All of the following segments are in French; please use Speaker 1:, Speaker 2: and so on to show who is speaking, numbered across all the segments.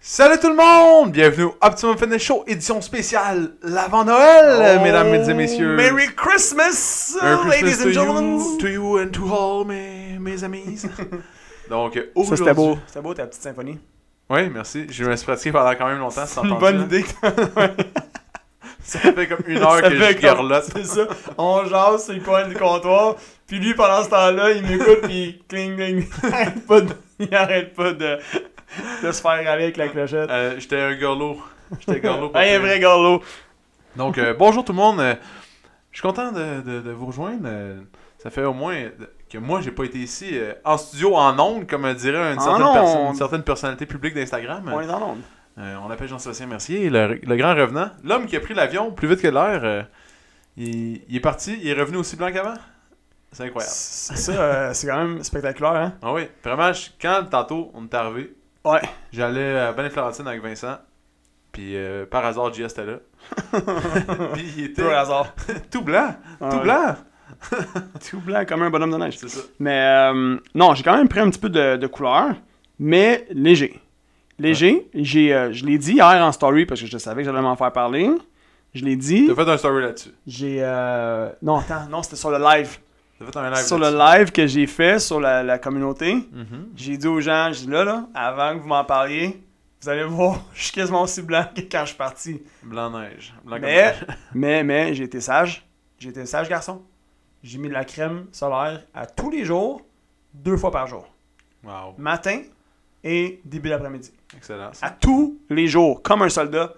Speaker 1: Salut tout le monde! Bienvenue au Optimum Fitness Show, édition spéciale
Speaker 2: Euh,
Speaker 1: l'avant-Noël, mesdames, mesdames et messieurs.
Speaker 2: Merry Christmas,
Speaker 1: Merry Christmas
Speaker 2: euh, Oh, ladies
Speaker 1: to
Speaker 2: and gentlemen.
Speaker 1: you, to you and to all mes, mes amis. Donc, euh,
Speaker 2: Ça,
Speaker 1: aujourd'hui...
Speaker 2: c'était beau. C'était beau ta petite symphonie.
Speaker 1: Oui, merci. Je me suis pratiqué pendant quand même longtemps. C'est
Speaker 2: idée.
Speaker 1: Ça fait comme une heure que je garlotte.
Speaker 2: C'est ça. On jase sur le coin du comptoir. Puis lui, pendant ce temps-là, il m'écoute. Puis cling, cling. Il arrête pas de, il arrête pas de, de se faire aller avec la clochette.
Speaker 1: Euh, J'étais un gorlot. J'étais gorlot. pour
Speaker 2: Ah, il est
Speaker 1: toi.
Speaker 2: vrai gorlot.
Speaker 1: Donc, euh, bonjour tout le monde. Euh, je suis content de, de- de vous rejoindre. Euh, ça fait au moins euh, que moi, j'ai pas été ici euh, en studio, en ondes, comme euh, dirait une
Speaker 2: En
Speaker 1: certaine, personne-
Speaker 2: ondes.
Speaker 1: une certaine personnalité publique d'Instagram.
Speaker 2: On est dans l'ombre.
Speaker 1: Euh, on l'appelle Jean-Sébastien Mercier, le, le grand revenant. L'homme qui a pris l'avion plus vite que l'air. euh, il, il est parti, il est revenu aussi blanc qu'avant. C'est incroyable.
Speaker 2: C'est ça, euh, c'est quand même spectaculaire, hein?
Speaker 1: Ah oui, vraiment, je- quand tantôt on est arrivé,
Speaker 2: Ouais.
Speaker 1: j'allais à Bonne Florentine avec Vincent, puis euh, par hasard, JS était là. puis il était
Speaker 2: Pur hasard.
Speaker 1: tout blanc,
Speaker 2: Ah
Speaker 1: tout
Speaker 2: ouais.
Speaker 1: blanc.
Speaker 2: Tout blanc comme un bonhomme de neige.
Speaker 1: C'est ça.
Speaker 2: Mais euh, non, j'ai quand même pris un petit peu de, de couleur, mais léger. Léger. J'ai, euh, je l'ai dit hier en story parce que je savais que j'allais m'en faire parler. Je l'ai dit.
Speaker 1: T'as fait un story là-dessus.
Speaker 2: J'ai. euh, Non, attends, non, c'était sur le live.
Speaker 1: T'as fait un live
Speaker 2: sur le
Speaker 1: là-dessus.
Speaker 2: live que j'ai fait sur la, la communauté.
Speaker 1: Mhm.
Speaker 2: J'ai dit aux gens, j'ai dit là, là, avant que vous m'en parliez, vous allez voir, je suis quasiment aussi blanc que quand je suis parti.
Speaker 1: Blanc neige. Blanc
Speaker 2: Mais,
Speaker 1: comme neige.
Speaker 2: mais, mais, j'ai été sage. J'ai été sage garçon. J'ai mis de la crème solaire à tous les jours, deux fois par jour
Speaker 1: Wow,
Speaker 2: matin et début d'après-midi.
Speaker 1: excellent. ça.
Speaker 2: À tous les jours, comme un soldat.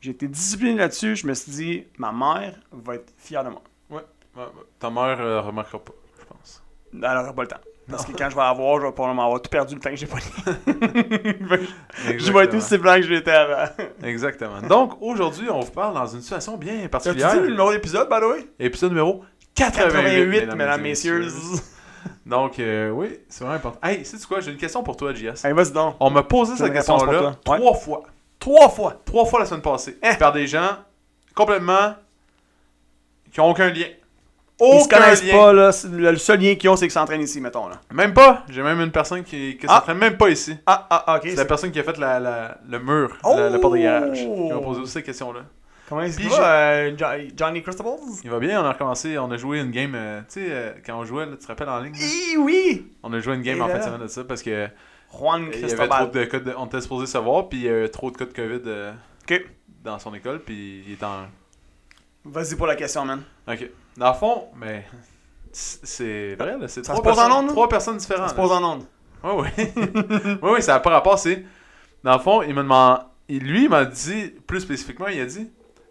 Speaker 2: J'ai été discipliné là-dessus. Je me suis dit, ma mère va être fière de moi.
Speaker 1: Ouais, ouais. Ta mère euh, remarquera pas, je pense.
Speaker 2: Elle n'aura pas le temps. Parce que quand je vais avoir, je vais probablement avoir tout perdu le temps que j'ai pas eu. Fait que je vais être
Speaker 1: Exactement.
Speaker 2: aussi blanc que j'étais avant.
Speaker 1: Exactement. Donc, aujourd'hui, on vous parle dans une situation bien
Speaker 2: T'as-tu
Speaker 1: particulière.
Speaker 2: dit le numéro d'épisode, by the way?
Speaker 1: Épisode numéro 88,
Speaker 2: 88, mesdames, messieurs.
Speaker 1: Donc, euh, oui, c'est vraiment important. Hey, sais-tu quoi? J'ai une question pour toi, JS.
Speaker 2: Hey, vas-y donc.
Speaker 1: On m'a posé
Speaker 2: J'ai
Speaker 1: cette
Speaker 2: une réponse
Speaker 1: question-là
Speaker 2: pour toi. Ouais.
Speaker 1: trois fois.
Speaker 2: Trois fois.
Speaker 1: Trois fois la semaine passée.
Speaker 2: Hein?
Speaker 1: Par des gens complètement qui n'ont aucun lien.
Speaker 2: Ils se
Speaker 1: Aucun
Speaker 2: connaissent
Speaker 1: lien.
Speaker 2: pas, là. C'est- Le le seul lien qu'ils ont, c'est qu'ils s'entraînent ici, mettons, là.
Speaker 1: Même pas. J'ai même une personne qui, qui
Speaker 2: Ah.
Speaker 1: s'entraîne même pas ici.
Speaker 2: Ah, ah, ok.
Speaker 1: C'est la personne qui a fait la, la- le mur,
Speaker 2: Oh!
Speaker 1: la, la porte de garage. Qui m'a posé aussi cette question-là.
Speaker 2: Comment il
Speaker 1: Puis
Speaker 2: s'appelle? euh, Jo- Johnny Christables?
Speaker 1: Il va bien, on a recommencé, on a joué une game, euh, tu sais, euh, quand on jouait, là, tu te rappelles en ligne? là?
Speaker 2: Hi, Eh oui!
Speaker 1: On a joué une game
Speaker 2: Et
Speaker 1: en fin de
Speaker 2: là.
Speaker 1: semaine de ça parce que euh,
Speaker 2: Juan
Speaker 1: Il y avait trop
Speaker 2: Cristobal.
Speaker 1: de cas de- on était supposé savoir, puis il y a eu trop de cas de COVID euh,
Speaker 2: Ok.
Speaker 1: dans son école, puis il est en.
Speaker 2: Vas-y pour la question, man.
Speaker 1: Ok. Dans le fond, mais. c- C'est vrai, là. C'est
Speaker 2: Ça
Speaker 1: trois,
Speaker 2: se pose en
Speaker 1: personnes-
Speaker 2: ondes, là?
Speaker 1: trois personnes
Speaker 2: On
Speaker 1: différentes.
Speaker 2: se pose en onde.
Speaker 1: Oui, oui. oui, oui, ça n'a pas rapport. C'est. Dans le fond, il me demande. il- Lui, il m'a dit, plus spécifiquement, il a dit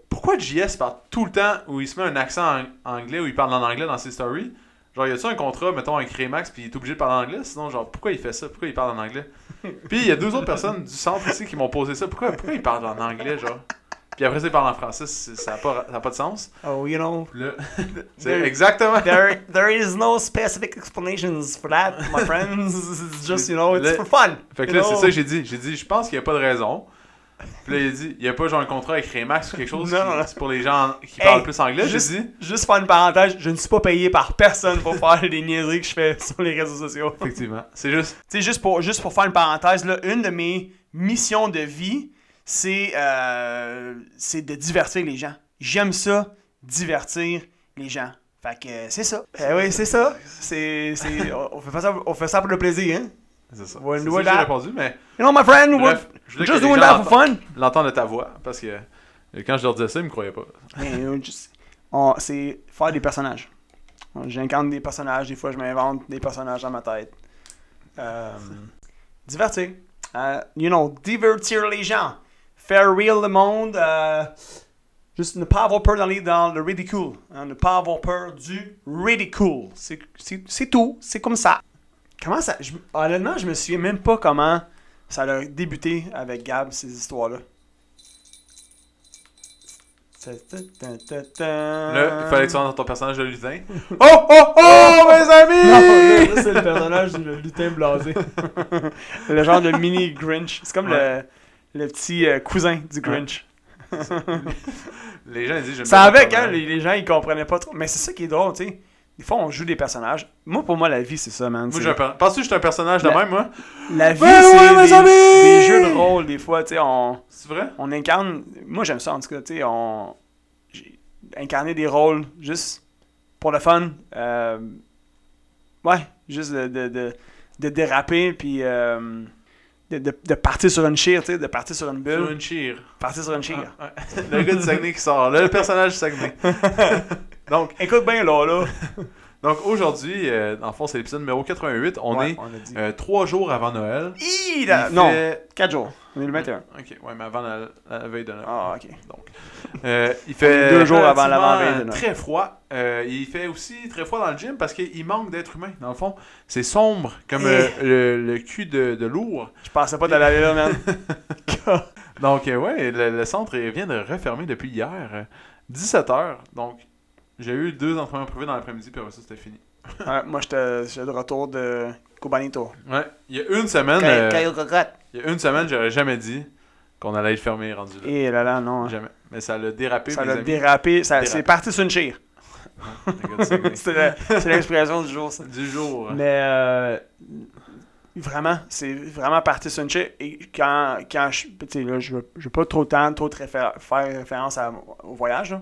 Speaker 1: Pourquoi JS parle tout le temps où il se met un accent en- anglais, où il parle en anglais dans ses stories Genre, y a-tu un contrat, mettons, avec Remax, puis il est obligé de parler en anglais Sinon, genre, pourquoi il fait ça Pourquoi il parle en anglais Puis il y a deux autres personnes du centre ici qui m'ont posé ça Pourquoi, pourquoi il parle en anglais, genre Puis après, ça, il parle en français, c'est- ça n'a pas, ça a pas de sens.
Speaker 2: Oh, you know,
Speaker 1: Puis là, c'est exactement.
Speaker 2: there there is no specific explanations for that, my friends. It's just, you know, it's
Speaker 1: Le-
Speaker 2: for fun.
Speaker 1: Fait que
Speaker 2: you
Speaker 1: là, c'est
Speaker 2: know.
Speaker 1: ça que j'ai dit. J'ai dit, je pense qu'il n'y a pas de raison. Puis là, il a dit, il n'y a pas genre un contrat avec Remax ou quelque chose.
Speaker 2: Non,
Speaker 1: qui-
Speaker 2: non.
Speaker 1: C'est pour les gens qui
Speaker 2: Hey,
Speaker 1: parlent plus anglais. J'ai
Speaker 2: Juste,
Speaker 1: dit.
Speaker 2: juste faire une parenthèse, je ne suis pas payé par personne pour faire les niaiseries que je fais sur les réseaux sociaux.
Speaker 1: Effectivement. C'est juste.
Speaker 2: Tu sais, juste pour, juste pour faire une parenthèse, là, une de mes missions de vie, c'est euh, c'est de divertir les gens. J'aime ça, divertir les gens. Fait que euh, c'est ça. Eh oui, c'est ça. C'est, c'est, on, on fait pas ça, on fait ça pour le plaisir, hein?
Speaker 1: C'est ça.
Speaker 2: Well,
Speaker 1: C'est ça
Speaker 2: well,
Speaker 1: que j'ai
Speaker 2: that-
Speaker 1: répondu, mais
Speaker 2: You know, my friend, we're
Speaker 1: bref, je voulais
Speaker 2: just
Speaker 1: que les
Speaker 2: doing
Speaker 1: gens
Speaker 2: that for fun.
Speaker 1: l'entendent- l'entendent de ta voix parce que euh, quand je leur disais ça, ils me croyaient pas.
Speaker 2: Mais, euh, just- on- c'est faire des personnages. J'incarne des personnages, des fois je m'invente des personnages dans ma tête. Euh, divertir. Euh, you know, divertir les gens. Faire rire le monde. euh, juste ne pas avoir peur dans, les- dans le ridicule. hein, ne pas avoir peur du ridicule. C'est- C'est c'est tout. C'est comme ça. Comment ça. Je, honnêtement, je me souviens même pas comment ça a débuté avec Gab, ces histoires-là.
Speaker 1: Là,
Speaker 2: Là,
Speaker 1: il fallait que tu rentres dans ton personnage de lutin. Oh, oh, oh, mes amis!
Speaker 3: Non, là, c'est le personnage du lutin blasé.
Speaker 2: Le genre de mini Grinch. C'est comme
Speaker 1: Ouais.
Speaker 2: le, le petit euh, cousin du Grinch.
Speaker 1: Les gens ils disent, j'aime
Speaker 2: C'est
Speaker 1: bien le
Speaker 2: avec, hein,
Speaker 1: personnage.
Speaker 2: les, les gens, ils comprenaient pas trop. Mais c'est ça qui est drôle, tu sais. Des fois, on joue des personnages. Moi, pour moi, la vie, c'est ça, man.
Speaker 1: Moi,
Speaker 2: C'est-
Speaker 1: j'ai un per- Penses-tu que je suis un personnage de
Speaker 2: La-
Speaker 1: même, moi?
Speaker 2: La vie,
Speaker 1: Ouais, ouais,
Speaker 2: c'est
Speaker 1: mes
Speaker 2: des,
Speaker 1: amis!
Speaker 2: des jeux de rôle, des fois, tu sais, on,
Speaker 1: C'est vrai?
Speaker 2: on incarne... Moi, j'aime ça, en tout cas, tu sais, on... j'ai- Incarner des rôles, juste pour le fun. euh, Ouais, juste de, de, de, de déraper, puis... euh, De, de, de partir sur une chire, tu sais, de partir sur une
Speaker 1: Sur
Speaker 2: bulle,
Speaker 1: une cheer.
Speaker 2: partir sur une chire.
Speaker 1: Ah, ouais. Le gars du Saguenay qui sort, là, le personnage du Saguenay. donc,
Speaker 2: Écoute bien, là, là.
Speaker 1: donc aujourd'hui, euh, en fond, c'est l'épisode numéro 88. On
Speaker 2: Ouais,
Speaker 1: est
Speaker 2: on a dit.
Speaker 1: euh, trois jours avant Noël.
Speaker 2: Hi,
Speaker 1: Il
Speaker 2: là- Non,
Speaker 1: fait-
Speaker 2: 4 jours. On est le 21.
Speaker 1: Ok, ouais, mais avant la, la veille de Noël.
Speaker 2: Ah, ok.
Speaker 1: Euh, il fait
Speaker 2: Deux jours avant
Speaker 1: relativement
Speaker 2: l'avant-veille de Noël.
Speaker 1: Très froid. Euh, il fait aussi très froid dans le gym parce qu'il manque d'êtres humains. Dans le fond, c'est sombre
Speaker 2: Eh.
Speaker 1: comme euh, le, le cul de, de lourd.
Speaker 2: Je pensais pas d'aller là, man.
Speaker 1: Donc, euh, ouais, le, le centre il vient de refermer depuis hier. 17h. Donc, j'ai eu deux entraînements privés dans l'après-midi, puis après ça, c'était fini.
Speaker 2: Ouais, moi, j'étais j'étais de retour de Cubanito.
Speaker 1: Ouais. Il y a une semaine, euh,
Speaker 2: Caillou Cocotte.
Speaker 1: il y a une semaine, j'aurais jamais dit qu'on allait être fermé rendu là.
Speaker 2: Et là, là, non. hein.
Speaker 1: Jamais. Mais ça l'a dérapé.
Speaker 2: Ça
Speaker 1: mes
Speaker 2: l'a
Speaker 1: amis.
Speaker 2: dérapé. ça-
Speaker 1: Dérapé.
Speaker 2: C'est parti sur une chire.
Speaker 1: Ouais, le gars du Saguenay.
Speaker 2: C'est la- c'est l'expression du jour, ça.
Speaker 1: du jour.
Speaker 2: Mais euh, vraiment, c'est vraiment parti sur une chire. Et quand, quand je. Tu sais, là, je veux je veux pas trop de temps, trop de réfé- faire référence à- au voyage, là.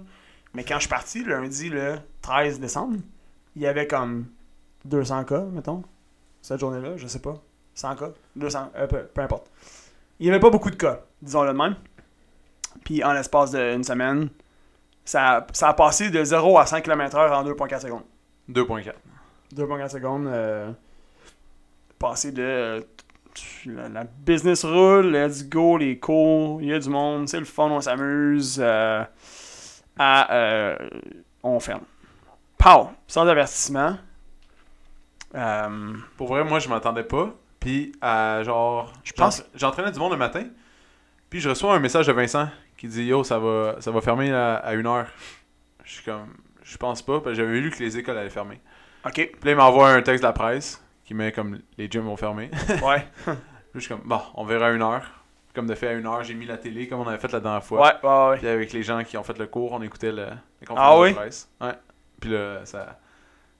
Speaker 2: Mais quand je suis parti lundi, le 13 décembre, il y avait comme 200 cas, mettons. Cette journée-là, je sais pas. 100 cas, 200, euh, peu, peu importe. Il n'y avait pas beaucoup de cas, disons-le de même. Puis en l'espace d'une semaine, ça, a- ça a passé de 0 à 100 km/h en 2,4 secondes.
Speaker 1: 2.4.
Speaker 2: 2,4 secondes, euh, passer de euh, la, la business roule, let's go, les cours, il y a du monde, c'est le fun, on s'amuse, euh, à euh, on ferme. Pow! Sans avertissement. Euh,
Speaker 1: Pour vrai, moi, je m'attendais pas. Puis, à genre.
Speaker 2: Je pense-
Speaker 1: j'entra- J'entraînais du monde le matin. Puis, je reçois un message de Vincent qui dit Yo, ça va, ça va fermer à, à une heure. Je suis comme. Je pense pas. Parce que j'avais lu que les écoles allaient fermer.
Speaker 2: ok,
Speaker 1: Puis, là, il m'envoie un texte de la presse qui met comme les gyms vont fermer. Puis,
Speaker 2: ouais,
Speaker 1: je suis comme Bon, on verra à une heure. Comme de fait, à une heure, j'ai mis la télé comme on avait fait la dernière
Speaker 2: ouais,
Speaker 1: fois.
Speaker 2: ouais, ouais.
Speaker 1: Puis, avec les gens qui ont fait le cours, on écoutait le, les conférences
Speaker 2: Ah
Speaker 1: de
Speaker 2: oui?
Speaker 1: presse. Ouais. Puis là, ça.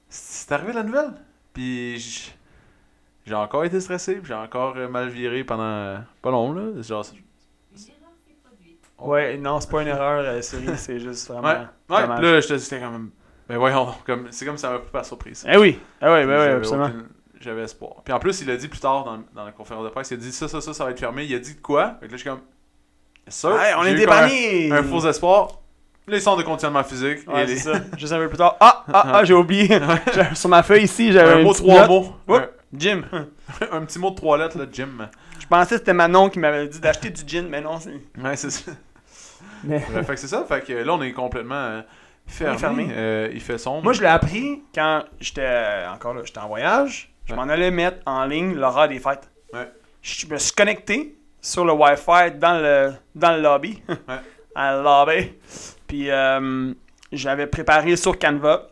Speaker 1: C'est arrivé la nouvelle. Puis j- j'ai encore été stressé, puis j'ai encore euh, mal viré pendant euh, pas long là. C'est Genre,
Speaker 2: Ouais, non, c'est pas une erreur, euh, série, c'est juste vraiment.
Speaker 1: Ouais, ouais,
Speaker 2: dommage.
Speaker 1: puis là, j'étais j'étais quand même. Ben voyons, donc, comme c'est comme ça m'a pris par surprise.
Speaker 2: Eh oui, eh oui, ouais,
Speaker 1: Puis
Speaker 2: ouais,
Speaker 1: j'avais
Speaker 2: absolument.
Speaker 1: aucune- J'avais espoir. Puis en plus, il a dit plus tard dans, dans la conférence de presse, il a dit ça, ça, ça, ça va être fermé. Il a dit de quoi Fait que là, je suis comme. Ça,
Speaker 2: Ouais, on
Speaker 1: j'ai
Speaker 2: est
Speaker 1: eu comme un-
Speaker 2: débanni!
Speaker 1: Un faux espoir. Les centres de conditionnement physique.
Speaker 2: Ouais,
Speaker 1: et les...
Speaker 2: c'est ça. Juste un peu plus tard. Ah, ah, ah, j'ai oublié. J'avais- Sur ma feuille ici, j'avais
Speaker 1: Un
Speaker 2: une
Speaker 1: mot,
Speaker 2: petite
Speaker 1: trois
Speaker 2: note.
Speaker 1: mots.
Speaker 2: Oups.
Speaker 1: Un-
Speaker 2: Jim.
Speaker 1: un petit mot de trois lettres, là, Jim.
Speaker 2: Je pensais que c'était Manon qui m'avait dit d'acheter du gin, mais non, c'est.
Speaker 1: Ouais, c'est ça.
Speaker 2: Mais-
Speaker 1: Ouais, fait que c'est ça. Fait que là, on est complètement euh, fermé.
Speaker 2: fermé.
Speaker 1: Euh, il fait sombre.
Speaker 2: Moi, je l'ai appris quand j'étais euh, encore là, j'étais en voyage. Je
Speaker 1: Ouais.
Speaker 2: m'en allais mettre en ligne l'horaire des fêtes.
Speaker 1: Ouais.
Speaker 2: Je me suis connecté sur le Wi-Fi dans le, dans le lobby. à le lobby. Puis euh, j'avais préparé sur Canva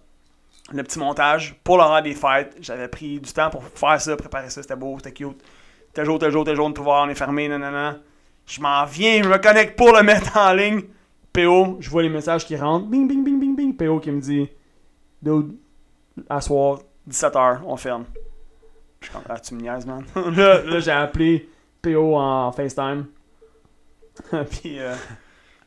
Speaker 2: le petit montage pour l'horaire des fêtes. J'avais pris du temps pour faire ça, préparer ça. C'était beau, c'était cute. Tel jour, tel jour, tel jour, de pouvoir, on est fermé, nanana. Je m'en viens, je me connecte pour le mettre en ligne. PO, je vois les messages qui rentrent. Bing, bing, bing, bing, bing. PO qui me dit Dude, à soir, 17h, on ferme. Je suis comme, ah, tu me niaises, man. là, là, j'ai appelé PO en FaceTime. Puis, euh,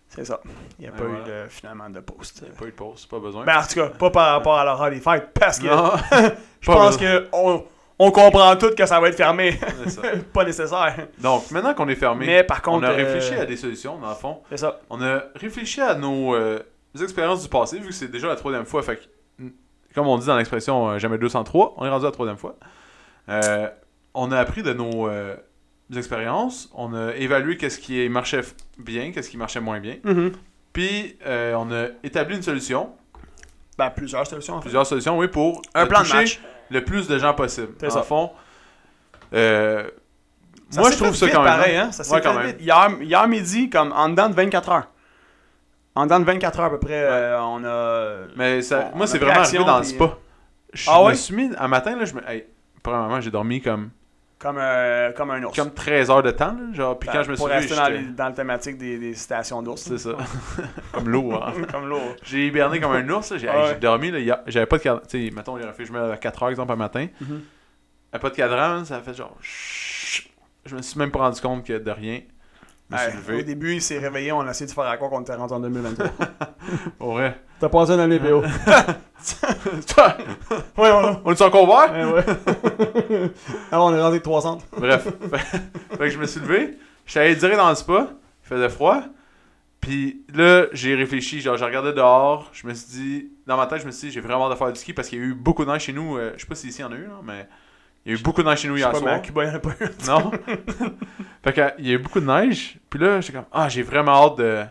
Speaker 2: c'est ça. Il n'y a
Speaker 1: Et
Speaker 2: pas
Speaker 1: voilà.
Speaker 2: eu de- finalement de post.
Speaker 1: Pas eu de pause, pas besoin.
Speaker 2: Ben, en tout cas, pas par rapport à l'horreur des fêtes, parce que
Speaker 1: Non.
Speaker 2: je pense que on, on comprend tout que ça va être fermé.
Speaker 1: C'est ça.
Speaker 2: pas nécessaire.
Speaker 1: Donc, maintenant qu'on est fermé,
Speaker 2: Mais par contre,
Speaker 1: on a
Speaker 2: euh,
Speaker 1: réfléchi à des solutions, dans le fond.
Speaker 2: C'est ça.
Speaker 1: On a réfléchi à nos euh, expériences du passé, vu que c'est déjà la troisième fois. Fait que, mm, comme on dit dans l'expression euh, jamais 203, on est rendu à la troisième fois. Euh, on a appris de nos euh, expériences. On a évalué qu'est-ce qui marchait f- bien, qu'est-ce qui marchait moins bien.
Speaker 2: Mm-hmm.
Speaker 1: Puis, euh, on a établi une solution,
Speaker 2: Ben, plusieurs solutions. en fait.
Speaker 1: plusieurs solutions, oui, pour
Speaker 2: Un
Speaker 1: euh,
Speaker 2: plan de
Speaker 1: toucher
Speaker 2: match.
Speaker 1: le plus de gens possible.
Speaker 2: C'est
Speaker 1: En
Speaker 2: ça.
Speaker 1: fond, euh,
Speaker 2: Ça
Speaker 1: moi,
Speaker 2: s'est
Speaker 1: je trouve
Speaker 2: fait
Speaker 1: ça
Speaker 2: vite
Speaker 1: quand même.
Speaker 2: pareil, hein? Ça s'est
Speaker 1: Ouais, quand
Speaker 2: fait
Speaker 1: même.
Speaker 2: vite. Hier, hier midi, comme en dedans de 24 heures. En dedans de 24 heures à peu près, euh, on a.
Speaker 1: Mais ça,
Speaker 2: On- on
Speaker 1: moi,
Speaker 2: a
Speaker 1: c'est
Speaker 2: pris
Speaker 1: vraiment
Speaker 2: action,
Speaker 1: arrivé dans le
Speaker 2: puis-
Speaker 1: spa. Je
Speaker 2: Ah
Speaker 1: me
Speaker 2: ouais?
Speaker 1: suis mis, un matin, là, je me. Hey, premièrement, j'ai dormi comme,
Speaker 2: Comme, euh, comme un ours.
Speaker 1: comme 13 heures de temps, là, genre, puis quand je me suis
Speaker 2: Ben, Pour
Speaker 1: levé,
Speaker 2: rester dans,
Speaker 1: j'étais-
Speaker 2: les- dans le thématique des, des citations d'ours.
Speaker 1: C'est ça. comme l'eau, hein.
Speaker 2: comme l'ours.
Speaker 1: J'ai hiberné comme un ours, là. j'ai
Speaker 2: Ah ouais.
Speaker 1: j'ai dormi, là, hier- j'avais pas de cadran. Tu sais, mettons, j'aurais fait, je me lève à 4 heures, exemple, un matin.
Speaker 2: Mhm.
Speaker 1: J'avais pas de cadran, hein, ça a fait genre. chut. Je me suis même pas rendu compte que de rien. Je me suis
Speaker 2: Ouais, au
Speaker 1: levé.
Speaker 2: début, il s'est réveillé, on a essayé de faire à quoi qu'on était rendu en 2023.
Speaker 1: Pour vrai.
Speaker 3: T'as passé une année PO.
Speaker 1: Toi,
Speaker 2: ouais, on
Speaker 1: on est encore ouvert?
Speaker 3: ouais, ouais. Alors, on est rentré 300.
Speaker 1: Bref. fait que je me suis levé. Je suis allé direct dans le spa. Il faisait froid. Puis là, j'ai réfléchi. Genre, j'ai regardé dehors. Je me suis dit. Dans ma tête, je me suis dit, j'ai vraiment hâte de faire du ski parce qu'il y a eu beaucoup de neige chez nous. euh, je sais pas si ici il y en a eu, là, mais. Il y a eu beaucoup de neige chez nous
Speaker 2: Je sais
Speaker 1: hier
Speaker 2: pas, mais à
Speaker 1: soir.
Speaker 2: Cuba, il y en a pas eu.
Speaker 1: Non. fait que, euh, il y a eu beaucoup de neige. Puis là, j'étais comme, ah, j'ai vraiment hâte de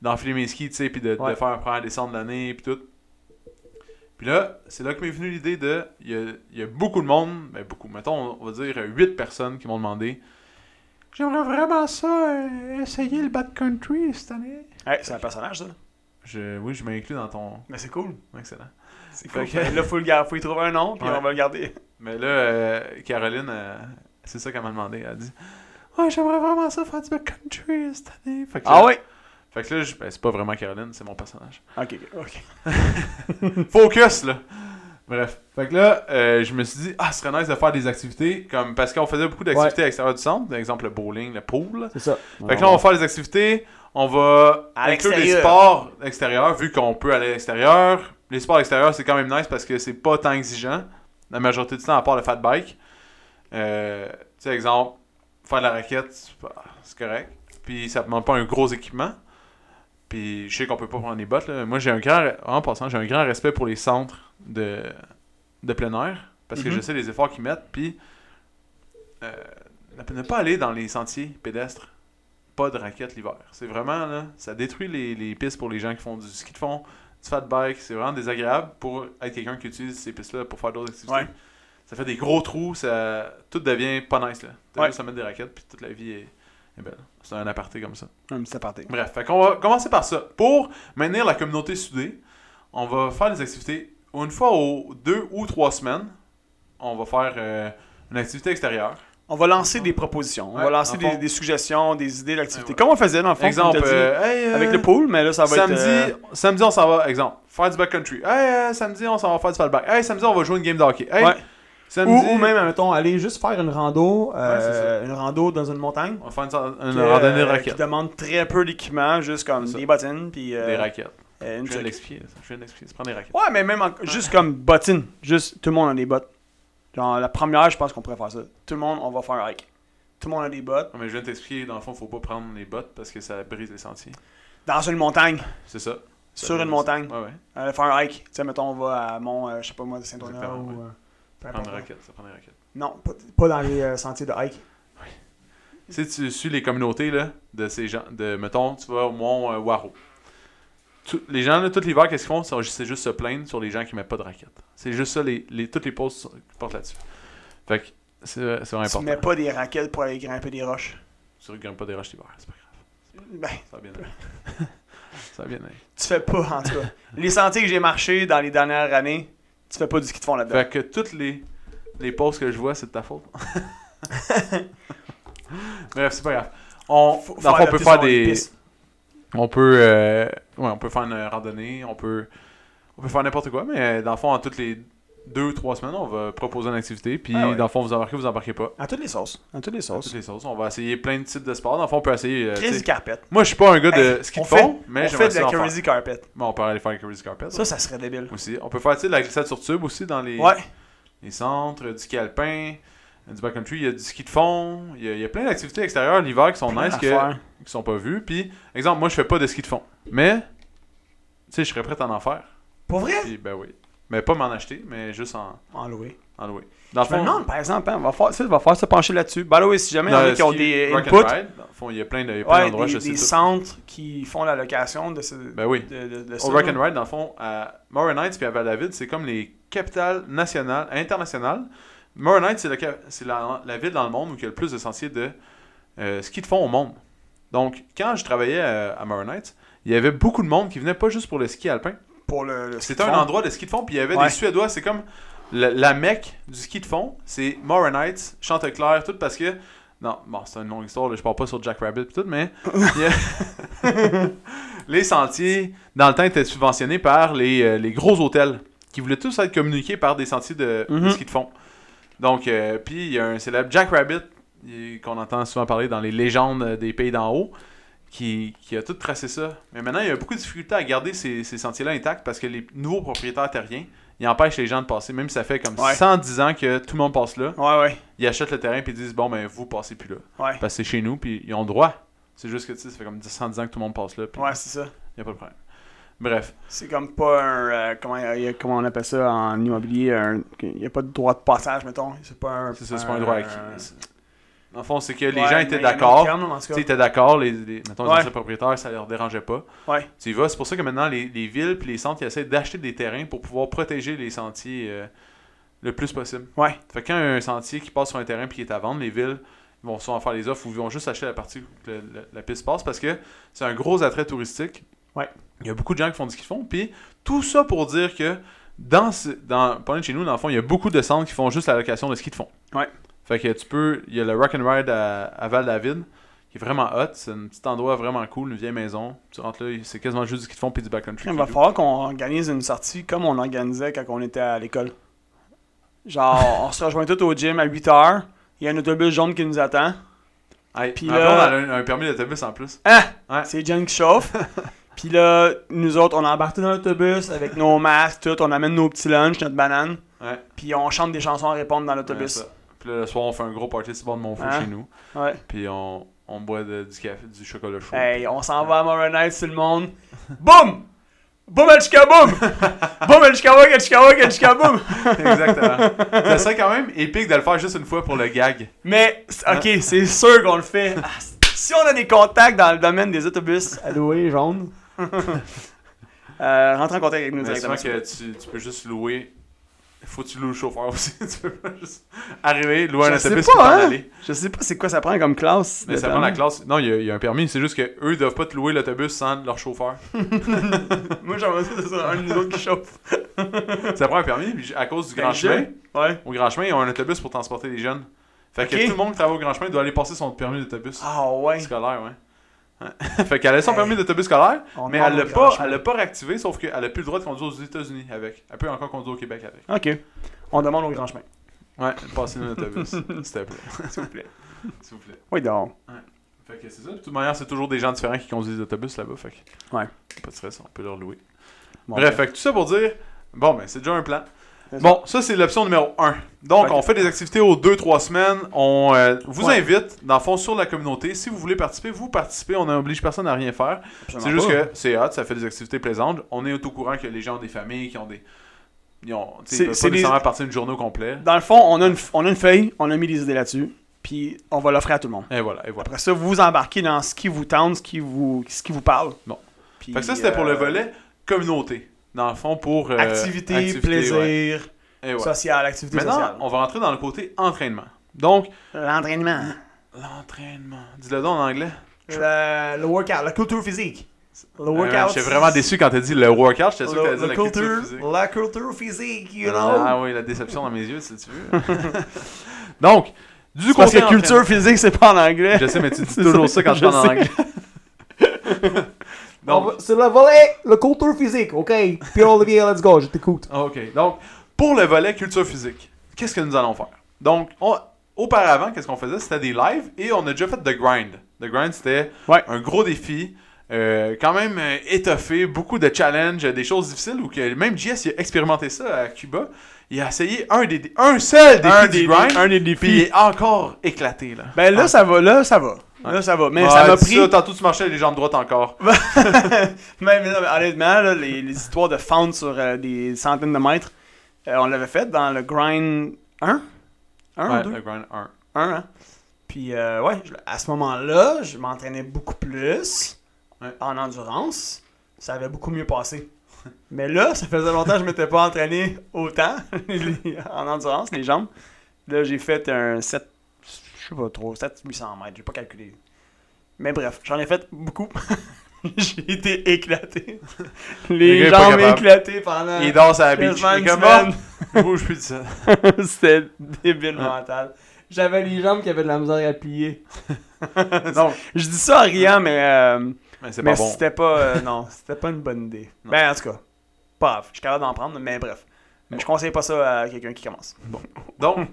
Speaker 1: d'enfiler mes skis, tu sais, puis de, de
Speaker 3: Ouais.
Speaker 1: faire un première descente de l'année, puis tout. Puis là, c'est là que m'est venue l'idée de, il y a, il y a beaucoup de monde, ben beaucoup, mettons, on va dire 8 personnes qui m'ont demandé, j'aimerais vraiment ça, euh, essayer le backcountry cette année.
Speaker 2: Ouais, c'est un personnage, ça.
Speaker 1: Je, oui, je m'inclus dans ton...
Speaker 2: Mais c'est cool.
Speaker 1: Excellent.
Speaker 2: C'est cool.
Speaker 1: Fait que-
Speaker 2: Là, faut, le gar- faut y trouver un nom, puis
Speaker 1: Ouais.
Speaker 2: on va le garder.
Speaker 1: Mais là, euh, Caroline, euh, c'est ça qu'elle m'a demandé. Elle a dit Ouais, j'aimerais vraiment ça faire du backcountry cette année. Fait que là-
Speaker 2: ouais?
Speaker 1: Fait que là, je- ben, c'est pas vraiment Caroline, c'est mon personnage.
Speaker 2: Ok, ok, ok.
Speaker 1: Focus, là Bref. Fait que là, euh, je me suis dit Ah, ce serait nice de faire des activités. comme Parce qu'on faisait beaucoup d'activités à l'extérieur du centre, par exemple le bowling, le pool.
Speaker 3: C'est ça.
Speaker 1: Fait que là, on va faire des activités. On va
Speaker 2: À
Speaker 1: inclure les
Speaker 2: l'extérieur.
Speaker 1: sports extérieurs, vu qu'on peut aller à l'extérieur. Les sports extérieurs, c'est quand même nice parce que c'est pas tant exigeant. La majorité du temps, à part le fat bike. Euh, tu sais, exemple, faire de la raquette, c'est pas- c'est correct. Puis ça demande pas un gros équipement. Puis je sais qu'on peut pas prendre des bottes. là. Moi, j'ai un grand, en passant, j'ai un grand respect pour les centres de, de plein air parce que
Speaker 2: Mhm.
Speaker 1: je sais les efforts qu'ils mettent. Puis euh, ne ne pas aller dans les sentiers pédestres, pas de raquettes l'hiver. C'est vraiment là, ça détruit les, les pistes pour les gens qui font du ski de fond, du fat bike. C'est vraiment désagréable pour être quelqu'un qui utilise ces pistes-là pour faire d'autres activités.
Speaker 2: Ouais.
Speaker 1: Ça fait des gros trous, ça tout devient pas nice là. T'as
Speaker 2: Ouais.
Speaker 1: juste à mettre des raquettes puis toute la vie est, est belle. C'est un aparté comme ça.
Speaker 2: Un petit aparté.
Speaker 1: Bref, fait qu'on va commencer par ça. Pour maintenir la communauté soudée, on va faire des activités. Une fois aux deux ou trois semaines, on va faire euh, une activité extérieure.
Speaker 2: On va lancer des propositions. On
Speaker 1: Ouais,
Speaker 2: va lancer
Speaker 1: en fond.
Speaker 2: des, des suggestions, des idées d'activités.
Speaker 1: Ouais, ouais.
Speaker 2: Comme on faisait, dans le fond,
Speaker 1: exemple,
Speaker 2: comme t'as dit,
Speaker 1: euh, Hey, euh,
Speaker 2: avec le pool, mais là, ça va
Speaker 1: samedi,
Speaker 2: être... euh,
Speaker 1: samedi, on s'en va, exemple, faire du backcountry. Hey, euh, samedi, on s'en va faire du fallback. Hey, samedi, on va jouer une game de hockey. Hey,
Speaker 2: Ouais.
Speaker 1: samedi,
Speaker 3: Ou, ou même, mettons, aller juste faire une rando, euh,
Speaker 1: Ouais, c'est
Speaker 3: une rando dans une montagne.
Speaker 1: on va faire une, une
Speaker 2: qui,
Speaker 1: randonnée de
Speaker 2: euh,
Speaker 1: raquettes.
Speaker 2: Qui demande très peu d'équipement, juste comme
Speaker 1: C'est ça.
Speaker 2: des bottines, puis euh,
Speaker 1: Des raquettes.
Speaker 2: euh, une
Speaker 1: Je viens de
Speaker 2: tuque.
Speaker 1: l'expliquer. ça. Je viens de l'expliquer. C'est prendre des raquettes.
Speaker 2: Ouais, mais même en- juste comme bottines. Juste, tout le monde a des bottes. Genre, la première, je pense qu'on pourrait faire ça. Tout le monde, on va faire un hike. Tout le monde a des bottes.
Speaker 1: Non, mais je viens de t'expliquer, dans le fond, faut pas prendre les bottes parce que ça brise les sentiers.
Speaker 2: Dans une montagne.
Speaker 1: C'est ça. Ça
Speaker 2: Sur
Speaker 1: brise-
Speaker 2: une montagne.
Speaker 1: Ouais, ouais.
Speaker 2: Euh, faire un hike. Tu sais, mettons, on va à Mont, euh, je sais pas moi, de Saint-Omer
Speaker 1: Exactement,
Speaker 2: ou.
Speaker 1: ouais.
Speaker 2: euh, peu
Speaker 1: Prendre
Speaker 2: importe.
Speaker 1: des raquettes. Ça prend des raquettes.
Speaker 2: Non, pas-
Speaker 3: Pas dans les euh, sentiers de hike.
Speaker 1: Si tu suis les communautés là, de ces gens, de mettons, tu vas au Mont euh, Waro. Tout- les gens, là, tout l'hiver, qu'est-ce qu'ils font C'est c'est juste se plaindre sur les gens qui mettent pas de raquettes. C'est juste ça, les, les- toutes les pauses sont- qui portent là-dessus. Fait que c'est c'est vraiment
Speaker 2: tu
Speaker 1: important.
Speaker 2: mets pas des raquettes pour aller grimper des roches.
Speaker 1: Tu grimpes pas des roches l'hiver, c'est pas grave.
Speaker 2: Ben,
Speaker 1: Ça va bien aller. ça va bien aller.
Speaker 2: tu fais pas, en tout cas. les sentiers que j'ai marchés dans les dernières années, tu fais pas du ski de fond là-dedans.
Speaker 1: Fait que toutes les, les pauses que je vois, c'est de ta faute. Bref, c'est pas grave. On,
Speaker 2: Faut- faut
Speaker 1: dans le fond, on peut
Speaker 2: adapter
Speaker 1: faire
Speaker 2: son
Speaker 1: des.
Speaker 2: piste.
Speaker 1: On peut, euh, ouais, on peut faire une randonnée, on peut, on peut faire n'importe quoi, mais euh, dans le fond, en toutes les deux ou trois semaines, on va proposer une activité, puis
Speaker 2: Ah ouais.
Speaker 1: dans le fond, vous embarquez, vous embarquez pas.
Speaker 3: À toutes les sauces. À toutes les
Speaker 1: À
Speaker 3: sauces.
Speaker 1: Toutes les sauces, on va essayer plein de types de sports. Dans le fond, on peut essayer. euh, tu
Speaker 2: Crazy
Speaker 1: sais,
Speaker 2: carpet.
Speaker 1: moi, je suis pas un gars de
Speaker 2: Hey,
Speaker 1: ski
Speaker 2: on
Speaker 1: de fond, mais
Speaker 2: on
Speaker 1: j'aimerais
Speaker 2: fait de
Speaker 1: ça
Speaker 2: la
Speaker 1: en faire.
Speaker 2: crazy carpet.
Speaker 1: Bon, on peut aller faire un crazy carpet.
Speaker 2: Ça, ça serait débile.
Speaker 1: hein, aussi. On peut faire tu sais, de la glissade sur tube aussi dans les,
Speaker 2: Ouais.
Speaker 1: les centres, euh, du ski alpin, euh, du backcountry. Il y a du ski de fond. Il y a, il y a plein d'activités extérieures l'hiver qui sont
Speaker 2: Plein
Speaker 1: nice, que,
Speaker 2: d'affaires.
Speaker 1: qui sont pas vues. Puis, exemple, moi, je fais pas de ski de fond. Mais, tu sais, je serais prêt à en faire.
Speaker 2: Pour vrai?
Speaker 1: Puis, ben oui. Mais pas m'en acheter, mais juste en,
Speaker 3: En louer.
Speaker 1: en louer. Dans le
Speaker 2: Je me
Speaker 1: fond,
Speaker 2: demande, par exemple, hein, on, va faire, ça, on va faire se pencher là-dessus. Bah oui, si jamais il y en
Speaker 1: dans
Speaker 2: a
Speaker 1: le
Speaker 2: qui ont
Speaker 1: ski
Speaker 2: des
Speaker 1: rock and
Speaker 2: inputs,
Speaker 1: ride, dans le fond, il y a plein de- il y a plein
Speaker 2: ouais,
Speaker 1: d'endroits,
Speaker 2: des,
Speaker 1: je sais
Speaker 2: des
Speaker 1: tout.
Speaker 2: centres qui font la location de ce.
Speaker 1: Ben oui.
Speaker 2: de, de, de
Speaker 1: Au
Speaker 2: ça,
Speaker 1: Rock
Speaker 2: là.
Speaker 1: and Ride, dans le fond, à Morin Heights puis à Val-David, c'est comme les capitales nationales, internationales. Morin Heights, c'est le cap- c'est la, la ville dans le monde où il y a le plus de sentiers de euh, ski de fond au monde. Donc, quand je travaillais à, à Morin Heights, il y avait beaucoup de monde qui venait pas juste pour le ski alpin.
Speaker 2: Pour le, le
Speaker 1: C'était un
Speaker 2: fond.
Speaker 1: endroit de ski de fond, puis il y avait
Speaker 2: Ouais.
Speaker 1: des Suédois, c'est comme la, la mecque du ski de fond, c'est Moronites, Chanteclair, tout parce que. Non, bon, c'est une longue histoire, là, je parle pas sur Jack Rabbit pis tout, mais. il y a- les sentiers, dans le temps, étaient subventionnés par les, euh, les gros hôtels, qui voulaient tous être communiqués par des sentiers de, de
Speaker 2: Mhm.
Speaker 1: ski de fond. Donc, euh, puis il y a un célèbre Jack Rabbit, il- qu'on entend souvent parler dans les légendes euh, des pays d'en haut, qui, qui a tout tracé ça. Mais maintenant, il y a beaucoup de difficultés à garder ces, ces sentiers-là intacts parce que les nouveaux propriétaires terriens, ils empêchent les gens de passer. Même si ça fait comme
Speaker 2: Ouais.
Speaker 1: 110 ans que tout le monde passe là,
Speaker 2: Ouais, ouais.
Speaker 1: ils achètent le terrain puis ils disent Bon, ben vous passez plus là.
Speaker 2: Ouais.
Speaker 1: Parce que c'est chez nous puis ils ont le droit. C'est juste que tu sais, ça fait comme 110 ans que tout le monde passe là. Puis il
Speaker 2: Ouais, c'est ça.
Speaker 1: n'y a pas de problème. Bref.
Speaker 2: C'est comme pas un. euh, comment, il y a- comment on appelle ça en immobilier un- Il n'y a pas de droit de passage, mettons. C'est pas un.
Speaker 1: C'est ça, c'est pas un droit acquis. En fond, c'est que les
Speaker 2: Ouais,
Speaker 1: gens
Speaker 2: mais
Speaker 1: étaient
Speaker 2: il y a un autre
Speaker 1: d'accord.
Speaker 2: terme, en tout cas.
Speaker 1: Tu sais, étaient d'accord, les, les- mettons, les
Speaker 2: Ouais.
Speaker 1: anciens propriétaires, ça leur dérangeait pas.
Speaker 2: Ouais.
Speaker 1: Tu y vas, c'est pour ça que maintenant, les, les villes puis les centres, ils essaient d'acheter des terrains pour pouvoir protéger les sentiers euh, le plus possible.
Speaker 2: Ouais.
Speaker 1: Fait que quand il y a un sentier qui passe sur un terrain puis qui est à vendre, les villes vont souvent faire les offres ou vont juste acheter la partie où le- le- la piste passe parce que c'est un gros attrait touristique.
Speaker 2: Ouais.
Speaker 1: Il y a beaucoup de gens qui font ce qu'ils font. Puis tout ça pour dire que dans, ce, dans pas loin de chez nous, dans le fond, il y a beaucoup de centres qui font juste la location de ce qu'ils font.
Speaker 2: Ouais.
Speaker 1: Fait que tu peux. Il y a le Rock and Ride à, à Val-David qui est vraiment hot. C'est un petit endroit vraiment cool, une vieille maison. Tu rentres là, c'est quasiment juste du ski de fond puis du backcountry.
Speaker 2: Il
Speaker 1: C'est
Speaker 2: va
Speaker 1: tout.
Speaker 2: falloir qu'on organise une sortie comme on organisait quand on était à l'école. Genre, on se rejoint tous au gym à 8h. Il y a un autobus jaune qui nous attend.
Speaker 1: Hey,
Speaker 2: Puis
Speaker 1: ma
Speaker 2: là-
Speaker 1: blonde, elle a un, un permis d'autobus en plus.
Speaker 2: Ah! C'est Jen qui chauffe. Puis là, nous autres, on embarque dans l'autobus avec nos masques, tout. On amène nos petits lunchs, notre banane.
Speaker 1: Ouais.
Speaker 2: Puis on chante des chansons à répondre dans l'autobus.
Speaker 1: Ouais, Euh, ça. Puis là, le soir, on fait un gros party sur le bord de mon fou
Speaker 2: Hein?
Speaker 1: chez nous.
Speaker 2: Ouais.
Speaker 1: Puis on, on boit de- du café, du chocolat chaud.
Speaker 2: Hey, on s'en va à Moronite sur le monde. Boum! Boum El Chicaboum! Boum El Chicaboum, El Chicaboum, El Chicaboum!
Speaker 1: Exactement. ça serait quand même épique de le faire juste une fois pour le gag.
Speaker 2: Mais, c'est- ok, c'est sûr qu'on le fait. Ah, c- Si on a des contacts dans le domaine des autobus,
Speaker 3: Alloué, jaune.
Speaker 2: euh, rentre en contact avec nous
Speaker 1: Mais c'est
Speaker 2: directement.
Speaker 1: vrai que tu, tu peux juste louer. Faut que tu loues le chauffeur aussi. tu peux pas juste arriver, louer un
Speaker 2: Je sais
Speaker 1: autobus
Speaker 2: pas,
Speaker 1: pour t'en
Speaker 2: hein?
Speaker 1: aller.
Speaker 2: Je sais pas c'est quoi ça prend comme classe.
Speaker 1: Mais
Speaker 2: de
Speaker 1: ça prend la
Speaker 2: permis.
Speaker 1: classe. Non, il y, a- il y a un permis. C'est juste qu'eux, ils doivent pas te louer l'autobus sans leur chauffeur.
Speaker 2: Moi, j'aimerais ça que ce soit un de nous autres qui chauffe.
Speaker 1: ça prend un permis. Puis à cause du grand
Speaker 2: Un
Speaker 1: chemin,
Speaker 2: jeune? Ouais.
Speaker 1: au grand chemin, ils ont un autobus pour transporter les jeunes. Fait
Speaker 2: Ok.
Speaker 1: que tout le monde qui travaille au grand chemin doit aller passer son permis d'autobus.
Speaker 2: Ah ouais.
Speaker 1: scolaire, ouais. Hein. fait qu'elle a son
Speaker 2: Hey.
Speaker 1: permis d'autobus scolaire,
Speaker 2: On
Speaker 1: mais
Speaker 2: demande
Speaker 1: elle l'a
Speaker 2: au
Speaker 1: pas,
Speaker 2: grand
Speaker 1: elle l'a pas réactivé, sauf qu'elle a plus le droit de conduire aux États-Unis avec. Elle peut encore conduire au Québec avec.
Speaker 2: Ok. On demande au grand chemin.
Speaker 1: Ouais, passez nous l'autobus, s'il te plaît.
Speaker 2: S'il vous plaît.
Speaker 1: S'il vous plaît.
Speaker 2: Oui, donc.
Speaker 1: Fait que c'est ça. De toute manière, c'est toujours des gens différents qui conduisent des autobus là-bas, fait que-
Speaker 2: Ouais.
Speaker 1: Pas de stress, on peut leur louer.
Speaker 2: Bon,
Speaker 1: Bref, fait que tout ça pour dire, bon, ben c'est déjà un plan.
Speaker 2: C'est ça.
Speaker 1: Bon, ça c'est l'option numéro 1. Donc,
Speaker 2: Ok.
Speaker 1: on fait des activités aux 2-3 semaines. On euh, vous
Speaker 2: Ouais.
Speaker 1: invite, dans le fond, sur la communauté. Si vous voulez participer, vous participez. On n'oblige personne à rien faire.
Speaker 2: absolument
Speaker 1: C'est juste
Speaker 2: pas.
Speaker 1: que c'est hot, ça fait des activités plaisantes. On est au tout courant que les gens ont des familles, qui ont des. Ils ont, tu sais, ils
Speaker 2: C'est-
Speaker 1: peuvent
Speaker 2: c'est
Speaker 1: pas
Speaker 2: des-
Speaker 1: nécessairement partir d'une journée au complet.
Speaker 2: Dans le fond, on a, une, f- on a une feuille, on a mis des idées là-dessus, puis on va l'offrir à tout le monde.
Speaker 1: Et voilà, et voilà.
Speaker 2: Après ça, vous vous embarquez dans ce qui vous tente, ce qui vous, ce qui vous parle.
Speaker 1: Bon.
Speaker 2: Puis,
Speaker 1: Fait que ça, c'était pour le
Speaker 2: euh,
Speaker 1: volet communauté. Dans le fond, pour. euh,
Speaker 2: activité,
Speaker 1: activité,
Speaker 2: plaisir,
Speaker 1: ouais. Et ouais.
Speaker 2: social, activité
Speaker 1: Maintenant,
Speaker 2: sociale.
Speaker 1: on va rentrer dans le côté entraînement. Donc,
Speaker 2: L'entraînement.
Speaker 1: l'entraînement. Dis-le donc en anglais.
Speaker 3: Le, le workout, la culture physique. Le
Speaker 1: Euh,
Speaker 3: workout.
Speaker 1: J'étais vraiment déçu quand t'as dit le workout. J'étais sûr que t'allais
Speaker 3: Le,
Speaker 1: dire
Speaker 3: la
Speaker 1: la
Speaker 3: culture,
Speaker 1: culture
Speaker 2: Oh,
Speaker 1: physique.
Speaker 3: la culture physique, you know.
Speaker 1: Ah oui, la déception dans mes yeux, si tu veux. Donc, du côté.
Speaker 2: Parce que
Speaker 1: entraînement-
Speaker 2: culture physique, c'est pas en anglais.
Speaker 1: Je sais, mais tu dis
Speaker 2: C'est
Speaker 1: toujours
Speaker 2: ça,
Speaker 1: ça quand je
Speaker 2: je
Speaker 1: parle en
Speaker 2: sais.
Speaker 1: anglais.
Speaker 3: On
Speaker 1: Donc,
Speaker 3: va- C'est le volet, le culture physique, ok. Pierre Olivier, let's go, je t'écoute.
Speaker 1: Ah, OK. Donc, pour le volet culture physique, qu'est-ce que nous allons faire? Donc, on- auparavant, qu'est-ce qu'on faisait? C'était des lives et on a déjà fait The Grind. The Grind, c'était
Speaker 2: Ouais.
Speaker 1: un gros défi, euh, quand même euh, étoffé, beaucoup de challenges, des choses difficiles ou que même JS il a expérimenté ça à Cuba. Il a essayé un, des, un seul défi
Speaker 2: un,
Speaker 1: du
Speaker 2: des,
Speaker 1: Grind,
Speaker 2: un des
Speaker 1: puis il
Speaker 2: défis.
Speaker 1: est encore éclaté. Là.
Speaker 2: Ben là, ça va, là, ça va. Là, ça va. Mais
Speaker 1: Ah,
Speaker 2: ça m'a
Speaker 1: dis
Speaker 2: pris.
Speaker 1: tantôt, tu marchais les jambes droites encore.
Speaker 2: Mais, mais non, mais honnêtement, là, les, les histoires de fendre sur euh, des centaines de mètres, euh, on l'avait fait dans le grind 1 1
Speaker 1: Ouais,
Speaker 2: ou 2
Speaker 1: The Grind 1.
Speaker 2: 1, hein. Puis, euh, ouais, je- à ce moment-là, je m'entraînais beaucoup plus
Speaker 1: Ouais.
Speaker 2: en endurance. Ça avait beaucoup mieux passé. Mais là, ça faisait longtemps que je m'étais pas entraîné autant les- en endurance, les jambes. Là, j'ai fait un 7, je sais pas trop, 700-800 mètres, j'ai pas calculé. Mais bref, j'en ai fait beaucoup. J'ai été éclaté.
Speaker 1: Le gars
Speaker 2: Les
Speaker 1: est pas
Speaker 2: jambes
Speaker 1: capable.
Speaker 2: éclatées pendant.
Speaker 1: Il dort sur la beach.
Speaker 2: quasiment
Speaker 1: Il est
Speaker 2: une
Speaker 1: comme,
Speaker 2: semaine.
Speaker 1: oh, il bouge plus de ça.
Speaker 2: C'était débile
Speaker 1: Ouais.
Speaker 2: mental. J'avais les jambes qui avaient de la misère à plier.
Speaker 1: Non,
Speaker 2: Je dis ça en riant, mais. euh,
Speaker 1: mais c'est
Speaker 2: mais
Speaker 1: pas bon.
Speaker 2: c'était pas. euh, non, c'était pas une bonne idée.
Speaker 1: Non.
Speaker 2: Ben, en tout cas, pas grave. Je suis capable d'en prendre, mais bref.
Speaker 1: Bon.
Speaker 2: Je conseille pas ça à quelqu'un qui commence.
Speaker 1: Donc,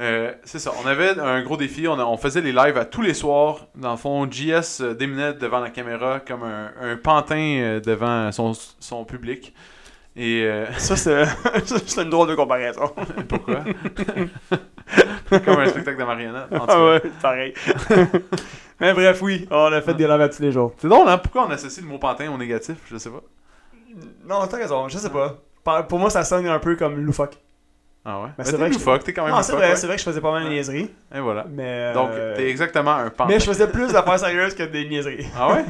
Speaker 1: euh, c'est ça. On avait un gros défi. On, a- on faisait les lives à tous les soirs. Dans le fond, JS euh, déminait devant la caméra comme un, un pantin euh, devant son, son public. Et euh,
Speaker 2: Ça, c'est ça, c'est une drôle de comparaison.
Speaker 1: pourquoi Comme un spectacle de marionnette. en tout cas.
Speaker 2: Ah ouais, pareil. mais bref, oui, on a fait des
Speaker 3: laves à tous les jours.
Speaker 1: C'est drôle, hein Pourquoi on associe le mot pantin au négatif Je sais pas.
Speaker 2: Non, t'as raison, je sais pas. Par- Pour moi, ça sonne un peu comme loufoque.
Speaker 1: Ah ouais.
Speaker 2: Ben,
Speaker 1: Mais
Speaker 2: c'est
Speaker 1: t'es
Speaker 2: vrai que
Speaker 1: loufoque, t'es quand même
Speaker 2: Non, c'est
Speaker 1: loufoque,
Speaker 2: vrai,
Speaker 1: ouais.
Speaker 2: c'est vrai que je faisais pas mal de niaiseries.
Speaker 1: Et voilà.
Speaker 2: Mais. euh,
Speaker 1: Donc, t'es exactement un pantin.
Speaker 2: Mais je faisais plus d'affaires sérieuses que des niaiseries.
Speaker 1: Ah ouais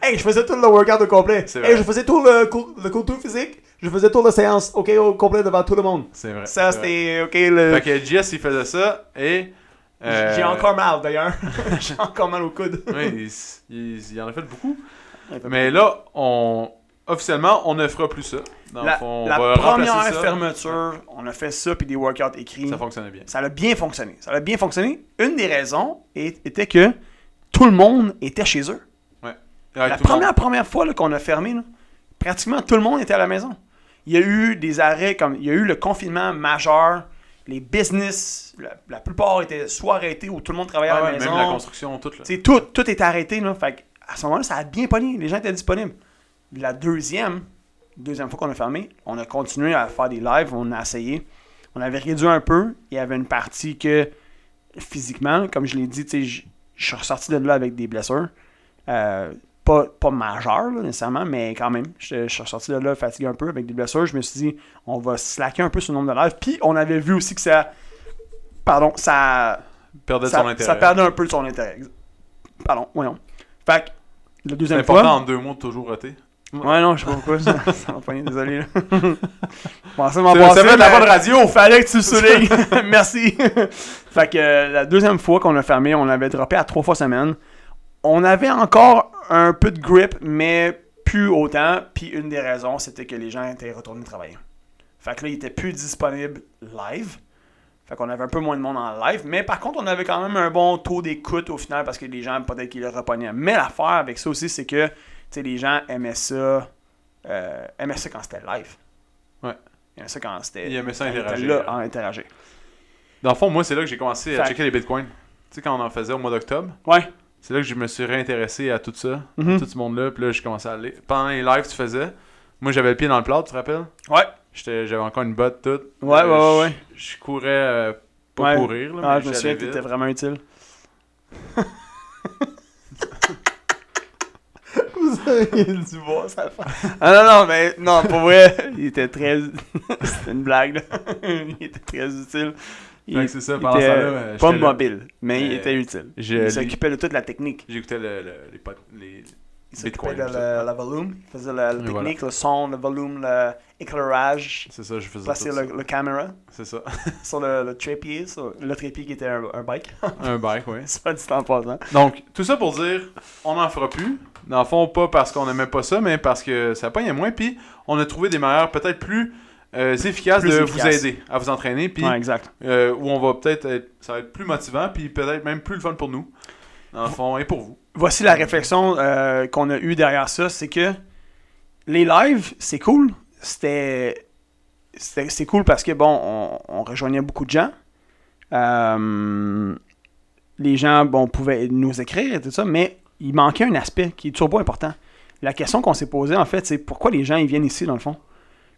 Speaker 3: Hey, je faisais tout le workout au complet.
Speaker 1: C'est vrai.
Speaker 3: Hey, je faisais tout le, cou- le contour physique. Je faisais tout la séance, ok, au complet devant tout le monde.
Speaker 1: C'est vrai.
Speaker 2: Ça,
Speaker 1: c'est vrai.
Speaker 2: c'était. Ok, le.
Speaker 1: Fait que JS, il faisait ça et. euh,
Speaker 2: J'ai encore mal d'ailleurs. J'ai encore mal au coude.
Speaker 1: Oui, il, s- il- il en a fait beaucoup. Mais là, on officiellement, on ne fera plus ça. Dans le
Speaker 2: la
Speaker 1: fond, on
Speaker 2: la
Speaker 1: va remplacer
Speaker 2: première
Speaker 1: ça.
Speaker 2: fermeture, on a fait ça puis des workouts écrits.
Speaker 1: Ça fonctionnait bien.
Speaker 2: Ça a bien fonctionné. Ça a bien fonctionné. Une des raisons est- était que tout le monde était chez eux.
Speaker 1: Ouais, tout
Speaker 2: la
Speaker 1: le monde-
Speaker 2: première, première fois là, qu'on a fermé, là, pratiquement tout le monde était à la maison. Il y a eu des arrêts, comme il y a eu le confinement majeur, les business, la, la plupart étaient soit arrêtés ou tout le monde travaillait
Speaker 1: Ouais,
Speaker 2: à la
Speaker 1: ouais,
Speaker 2: maison.
Speaker 1: même la construction, tout. Là.
Speaker 2: Tu sais, tout, tout était arrêté. Là. Fait que, à ce moment-là, ça a bien pogné. Les gens étaient disponibles. La deuxième, deuxième fois qu'on a fermé, on a continué à faire des lives. On a essayé. On avait réduit un peu. Il y avait une partie que, physiquement, comme je l'ai dit, tu sais, je je suis ressorti de là avec des blessures. Euh, pas, pas majeures, là, nécessairement, mais quand même. Je, je suis ressorti de là fatigué un peu avec des blessures. Je me suis dit, on va slacker un peu sur le nombre de lives. Puis, on avait vu aussi que ça. Pardon, ça
Speaker 1: Perdait
Speaker 2: ça,
Speaker 1: son intérêt.
Speaker 2: ça perdait un peu de son intérêt. Pardon, voyons. Fait que, la
Speaker 1: C'est
Speaker 2: deuxième
Speaker 1: important
Speaker 2: fois.
Speaker 1: en deux mots de toujours rater.
Speaker 2: Ouais, non, je sais pas pourquoi. ça ça m'a pogné, désolé. Là. bon, ça m'a
Speaker 1: Ça
Speaker 2: passé,
Speaker 1: fait de la
Speaker 2: mais
Speaker 1: bonne radio.
Speaker 2: Fallait que tu le soulignes. Merci. fait que euh, la deuxième fois qu'on a fermé, on avait droppé à trois fois semaine. On avait encore un peu de grip, mais plus autant. Puis une des raisons, c'était que les gens étaient retournés travailler. Fait que là, ils étaient plus disponibles live. Fait qu'on avait un peu moins de monde en live. Mais par contre, on avait quand même un bon taux d'écoute au final parce que les gens, peut-être qu'ils le repognaient. Mais l'affaire avec ça aussi, c'est que tu sais, les gens aimaient ça, euh, aimaient ça quand c'était live.
Speaker 1: Ouais.
Speaker 2: Ils aimaient ça quand c'était.
Speaker 1: Il aimait ça
Speaker 2: quand ils étaient
Speaker 1: interagir.
Speaker 2: là à interagir.
Speaker 1: Dans le fond, moi, c'est là que j'ai commencé à
Speaker 2: Fait-
Speaker 1: checker les bitcoins. Tu sais, quand on en faisait au mois d'octobre,
Speaker 2: Ouais.
Speaker 1: c'est là que je me suis réintéressé à tout ça,
Speaker 2: Mhm.
Speaker 1: à tout ce monde-là. Puis là, j'ai commencé à aller. Pendant les lives que tu faisais, moi, j'avais le pied dans le plat, tu te rappelles
Speaker 2: Ouais.
Speaker 1: J'étais- J'avais encore une botte toute.
Speaker 2: Ouais,
Speaker 1: Euh,
Speaker 2: ouais, ouais,
Speaker 1: je- Je courais euh, pas
Speaker 2: Ouais.
Speaker 1: courir, là,
Speaker 2: Ah,
Speaker 1: mais
Speaker 2: je me
Speaker 1: j'allais
Speaker 2: souviens que
Speaker 1: vite.
Speaker 2: t'étais vraiment utile. Il du bois, ça fait. Ah non, non, mais non, pour vrai, il était très. C'était une blague, là. Il était très utile. Il
Speaker 1: Fait que c'est ça,
Speaker 2: il
Speaker 1: pendant
Speaker 2: était
Speaker 1: ce temps-là, euh,
Speaker 2: pas
Speaker 1: j'étais là.
Speaker 2: mobile, mais il
Speaker 1: Euh,
Speaker 2: était utile.
Speaker 1: je-
Speaker 2: il s'occupait de toute la technique.
Speaker 1: J'écoutais le, le- les, pot- les
Speaker 2: Il s'occupait
Speaker 1: Bitcoin.
Speaker 2: de
Speaker 1: pis ça.
Speaker 2: la, la volume, il faisait la, la
Speaker 1: Et
Speaker 2: technique,
Speaker 1: voilà.
Speaker 2: le son, le volume, l'éclairage,
Speaker 1: C'est ça, je faisais
Speaker 2: placer
Speaker 1: tout ça.
Speaker 2: le, le caméra
Speaker 1: C'est ça.
Speaker 2: sur le, le trépied, sur le trépied qui était un, un bike.
Speaker 1: Un bike, ouais.
Speaker 2: C'est pas du temps passant.
Speaker 1: Donc, tout ça pour dire, on n'en fera plus. Dans le fond, pas parce qu'on n'aimait pas ça, mais parce que ça pognait moins. Puis, on a trouvé des manières peut-être plus euh, efficaces
Speaker 2: Plus
Speaker 1: de vous
Speaker 2: efficaces.
Speaker 1: aider à vous entraîner. Puis,
Speaker 2: Ouais, exact.
Speaker 1: euh, où on va peut-être être- ça va être plus motivant, puis peut-être même plus le fun pour nous. Dans le fond, et pour vous.
Speaker 2: Voici la réflexion euh, qu'on a eue derrière ça, c'est que les lives, c'est cool. C'était, c'était- c'est cool parce que, bon, on, on rejoignait beaucoup de gens. Euh, les gens, bon, pouvaient nous écrire et tout ça, mais il manquait un aspect qui est turbo important. La question qu'on s'est posée, en fait, c'est pourquoi les gens, ils viennent ici, dans le fond.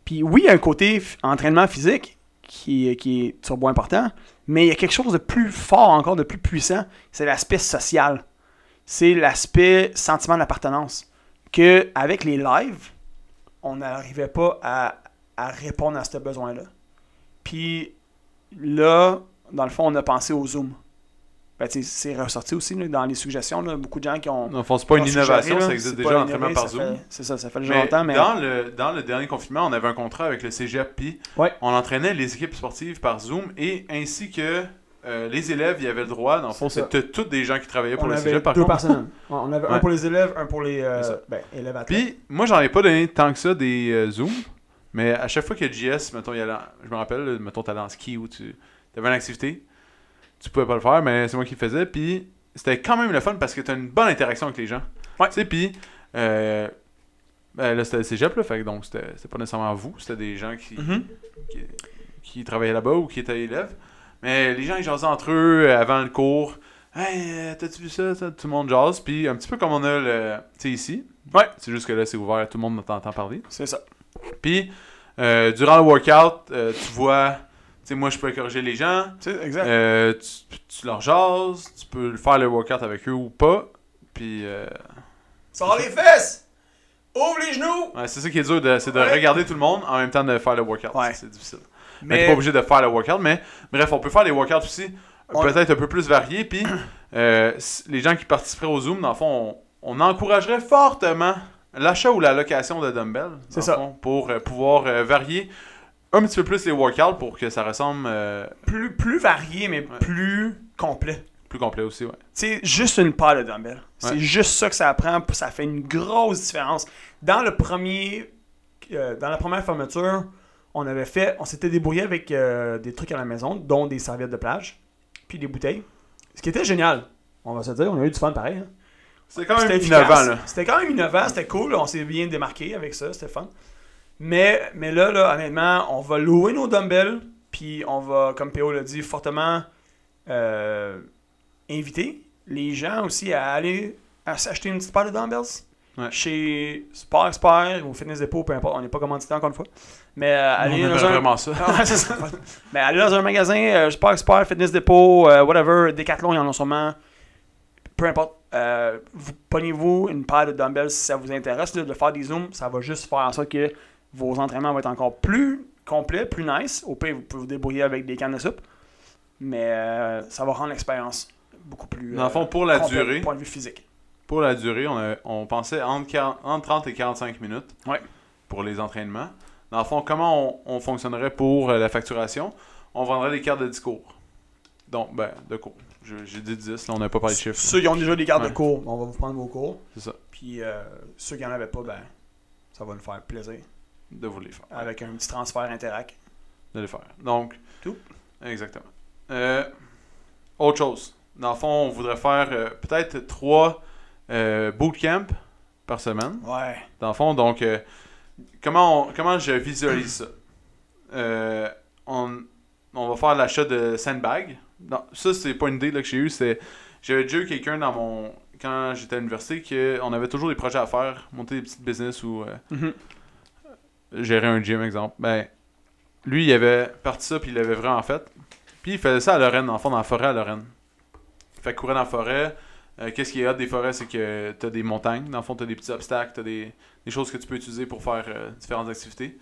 Speaker 2: Puis oui, il y a un côté f- entraînement physique qui, qui est turbo important, mais il y a quelque chose de plus fort encore, de plus puissant, c'est l'aspect social c'est l'aspect sentiment d'appartenance. Que avec les lives, on n'arrivait pas à, à répondre à ce besoin-là. Puis là, dans le fond, on a pensé au Zoom. Ben, tu sais, c'est ressorti aussi là, dans les suggestions. là, beaucoup de gens qui ont.
Speaker 1: Dans le fond, c'est pas une
Speaker 2: qui ont suggéré,
Speaker 1: innovation,
Speaker 2: là,
Speaker 1: ça existe
Speaker 2: c'est
Speaker 1: déjà
Speaker 2: pas
Speaker 1: l'entraînement
Speaker 2: innové,
Speaker 1: par
Speaker 2: ça
Speaker 1: Zoom.
Speaker 2: fait- C'est ça, ça fait déjà
Speaker 1: Mais
Speaker 2: longtemps, mais.
Speaker 1: dans, le, dans le dernier confinement, on avait un contrat avec le CGP, puis
Speaker 2: Ouais.
Speaker 1: on entraînait les équipes sportives par Zoom et ainsi que euh, les élèves, il y avait le droit. Dans le fond,
Speaker 3: C'est ça.
Speaker 1: c'était tous des gens qui travaillaient pour
Speaker 3: on
Speaker 1: le
Speaker 3: avait
Speaker 1: cégep, par
Speaker 3: deux
Speaker 1: contre.
Speaker 3: par semaine. Ouais, On avait un
Speaker 1: Ouais.
Speaker 3: pour les élèves, un pour les euh,
Speaker 1: C'est ça.
Speaker 3: ben, élèves à
Speaker 1: Puis, moi, j'en ai pas donné tant que ça des euh, Zooms, mais à chaque fois que JS, mettons, il allait en- je me rappelle, là, mettons, t'allais en ski ou tu avais une activité, tu pouvais pas le faire, mais c'est moi qui le faisais. Puis, c'était quand même le fun parce que t'as une bonne interaction avec les gens.
Speaker 2: Ouais.
Speaker 1: Tu sais, puis, euh, ben, là, c'était le cégep, là, fait que donc, c'était c'était pas nécessairement vous, c'était des gens qui,
Speaker 2: Mhm.
Speaker 1: qui, qui travaillaient là-bas ou qui étaient élèves. Mais les gens, ils jasaient entre eux euh, avant le cours. Hey, euh, t'as-tu vu ça? ça? Tout le monde jase. Puis un petit peu comme on a le. Tu sais, ici.
Speaker 2: Ouais.
Speaker 1: C'est juste que là, c'est ouvert, tout le monde t'entend parler.
Speaker 2: C'est ça.
Speaker 1: Puis, euh, durant le workout, euh, tu vois. Tu sais, moi, je peux corriger les gens.
Speaker 2: Tu sais, exact.
Speaker 1: Euh, tu, tu leur jases. Tu peux faire le workout avec eux ou pas. Puis, euh,
Speaker 3: Sors les fesses! Ouvre les genoux!
Speaker 1: ouais, c'est ça qui est dur, de- c'est de
Speaker 3: Ouais.
Speaker 1: regarder tout le monde en même temps de faire le workout.
Speaker 2: Ouais.
Speaker 1: C'est difficile. Mais, t'es
Speaker 2: mais
Speaker 1: pas obligé de faire le workout, mais bref, on peut faire des workouts aussi,
Speaker 2: On-
Speaker 1: peut-être un peu plus variés, puis euh, s- les gens qui participeraient au Zoom, dans le fond, on, on encouragerait fortement l'achat ou la location de dumbbells, dans
Speaker 2: C'est
Speaker 1: le
Speaker 2: ça.
Speaker 1: fond, pour euh, pouvoir euh, varier un petit peu plus les workouts pour que ça ressemble euh,
Speaker 2: plus, plus varié, mais
Speaker 1: Ouais.
Speaker 2: plus complet.
Speaker 1: plus complet aussi, ouais.
Speaker 2: C'est juste une paire de dumbbells. C'est
Speaker 1: Ouais.
Speaker 2: juste ça que ça prend. puis Ça fait une grosse différence. Dans le premier, euh, dans la première fermeture, on avait fait, on s'était débrouillé avec euh, des trucs à la maison, dont des serviettes de plage, puis des bouteilles. Ce qui était génial.
Speaker 3: On va se dire, on a eu du fun pareil. hein.
Speaker 1: C'est quand
Speaker 2: C'était
Speaker 1: même
Speaker 2: efficace.
Speaker 1: innovant, là.
Speaker 2: C'était quand même innovant, c'était cool, on s'est bien démarqué avec ça, c'était fun. Mais, mais là, là, honnêtement, on va louer nos dumbbells, puis on va, comme PO l'a dit, fortement euh, inviter les gens aussi à aller à s'acheter une petite paire de dumbbells
Speaker 1: Ouais.
Speaker 2: chez Sport Expert ou Fitness Depot, peu importe, on n'est pas commandité encore une fois. Mais euh, aller
Speaker 1: on aimerait
Speaker 2: dans un,
Speaker 1: vraiment ça.
Speaker 2: ah, ouais, c'est ça. Mais aller dans un magasin, euh, Sport Expert, Fitness Depot, euh, whatever, Decathlon, ils en ont sûrement. Peu importe. euh, vous pognez-vous une paire de dumbbells si ça vous intéresse là, de faire des zooms. Ça va juste faire en sorte que vos entraînements vont être encore plus complets, plus nice. Au pire, vous pouvez vous débrouiller avec des cannes de soupe. Mais euh, ça va rendre l'expérience beaucoup plus.
Speaker 1: Dans le
Speaker 2: euh,
Speaker 1: fond, pour la
Speaker 2: complète
Speaker 1: durée,
Speaker 2: du point de vue physique.
Speaker 1: Pour la durée, on, a- on pensait entre, 40 entre 30 et 45 minutes
Speaker 2: Ouais.
Speaker 1: pour les entraînements. Dans le fond, comment on, on fonctionnerait pour euh, la facturation On vendrait des cartes de discours. Donc, ben, de cours. Je- J'ai dit 10, là, on n'a pas parlé de chiffres.
Speaker 2: Ceux qui ont déjà des cartes
Speaker 1: Ouais.
Speaker 2: de cours, on va vous prendre vos cours.
Speaker 1: C'est ça,
Speaker 2: Puis euh, ceux qui n'en avaient pas, ben, ça va nous faire plaisir.
Speaker 1: de vous les faire.
Speaker 2: Avec un petit transfert Interac.
Speaker 1: De les faire. Donc,
Speaker 2: Tout.
Speaker 1: Exactement. Euh, autre chose. Dans le fond, on voudrait faire euh, peut-être 3 bootcamps par semaine.
Speaker 2: Ouais.
Speaker 1: Dans le fond, donc, euh, comment, on- comment je visualise ça? Euh, on, on va faire l'achat de sandbag. Non, ça, c'est pas une idée là, que j'ai eue. c'est- J'avais déjà eu quelqu'un dans mon. Quand j'étais à l'université, que on avait toujours des projets à faire, monter des petites business ou euh, gérer un gym, exemple. Ben, lui, il avait parti ça, puis il l'avait vraiment fait. Puis il faisait ça à Lorraine, dans le fond, dans la forêt à Lorraine. Fait que courir dans la forêt. euh, Qu'est-ce qui est hot des forêts, c'est que t'as des montagnes. Dans le fond, t'as des petits obstacles, t'as des, des choses que tu peux utiliser pour faire euh, différentes activités.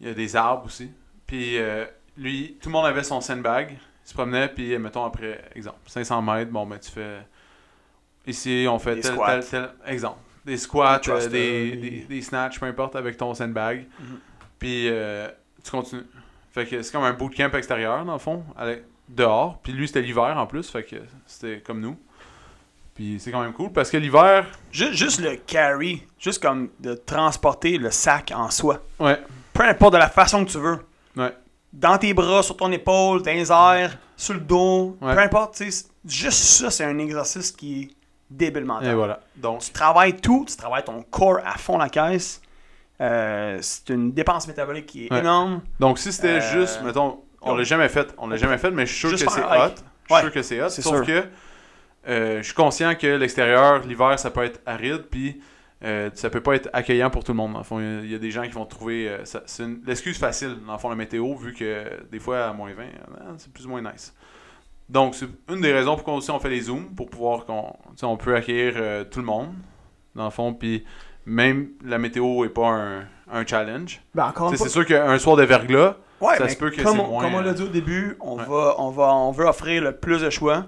Speaker 1: Il y a des arbres aussi. Puis euh, lui, tout le monde avait son sandbag. Il se promenait, puis euh, mettons après, exemple, 500 mètres, bon, ben tu fais. Ici, on fait
Speaker 2: Des
Speaker 1: tel,
Speaker 2: squats.
Speaker 1: tel, tel, exemple. Des squats,
Speaker 2: Des
Speaker 1: euh,
Speaker 2: thrusters,
Speaker 1: des,
Speaker 2: des-
Speaker 1: des- des snatchs, peu importe, avec ton sandbag.
Speaker 2: Mhm.
Speaker 1: Puis euh, tu continues. Fait que c'est comme un bootcamp extérieur, dans le fond, à l'e- dehors. Puis lui, c'était l'hiver en plus, fait que c'était comme nous. Puis c'est quand même cool parce que l'hiver,
Speaker 2: Juste, juste le carry, juste comme de transporter le sac en soi.
Speaker 1: ouais,
Speaker 2: Peu importe de la façon que tu veux.
Speaker 1: Ouais.
Speaker 2: Dans tes bras, sur ton épaule, dans les airs, sur le dos,
Speaker 1: Ouais.
Speaker 2: peu importe. tu sais, c'est- Juste ça, c'est un exercice qui est débile mental.
Speaker 1: et voilà. Donc,
Speaker 2: Tu travailles tout, tu travailles ton corps à fond la caisse. Euh, c'est une dépense métabolique qui est
Speaker 1: Ouais.
Speaker 2: énorme.
Speaker 1: Donc si c'était
Speaker 2: Euh,
Speaker 1: juste, mettons, on l'a jamais fait, on l'a jamais fait, mais je suis sûr
Speaker 2: Juste
Speaker 1: que c'est
Speaker 2: faire un
Speaker 1: hot.
Speaker 2: hike.
Speaker 1: Je suis
Speaker 2: Ouais,
Speaker 1: sûr que c'est hot.
Speaker 2: c'est
Speaker 1: Sauf
Speaker 2: sûr.
Speaker 1: que euh, je suis conscient que l'extérieur, l'hiver, ça peut être aride, puis euh, ça peut pas être accueillant pour tout le monde. Dans le fond, il y a- il y, a des gens qui vont trouver. euh, ça- c'est une- l'excuse facile, dans le fond, la météo, vu que des fois à moins 20, euh, c'est plus ou moins nice. Donc, c'est une des raisons pourquoi aussi on fait les zooms, pour pouvoir qu'on tu sais, on peut accueillir euh, tout le monde, dans le fond, puis même la météo est pas un, un challenge.
Speaker 3: Ben, encore
Speaker 1: Tu
Speaker 3: une
Speaker 1: sais,
Speaker 3: fois,
Speaker 1: C'est sûr qu'un soir de verglas,
Speaker 2: Ouais,
Speaker 1: Ça
Speaker 2: mais
Speaker 1: se peut que
Speaker 2: comme,
Speaker 1: c'est
Speaker 2: on,
Speaker 1: moins,
Speaker 2: comme on l'a
Speaker 1: euh,
Speaker 2: dit au début, on,
Speaker 1: ouais.
Speaker 2: va, on, va, on veut offrir le plus de choix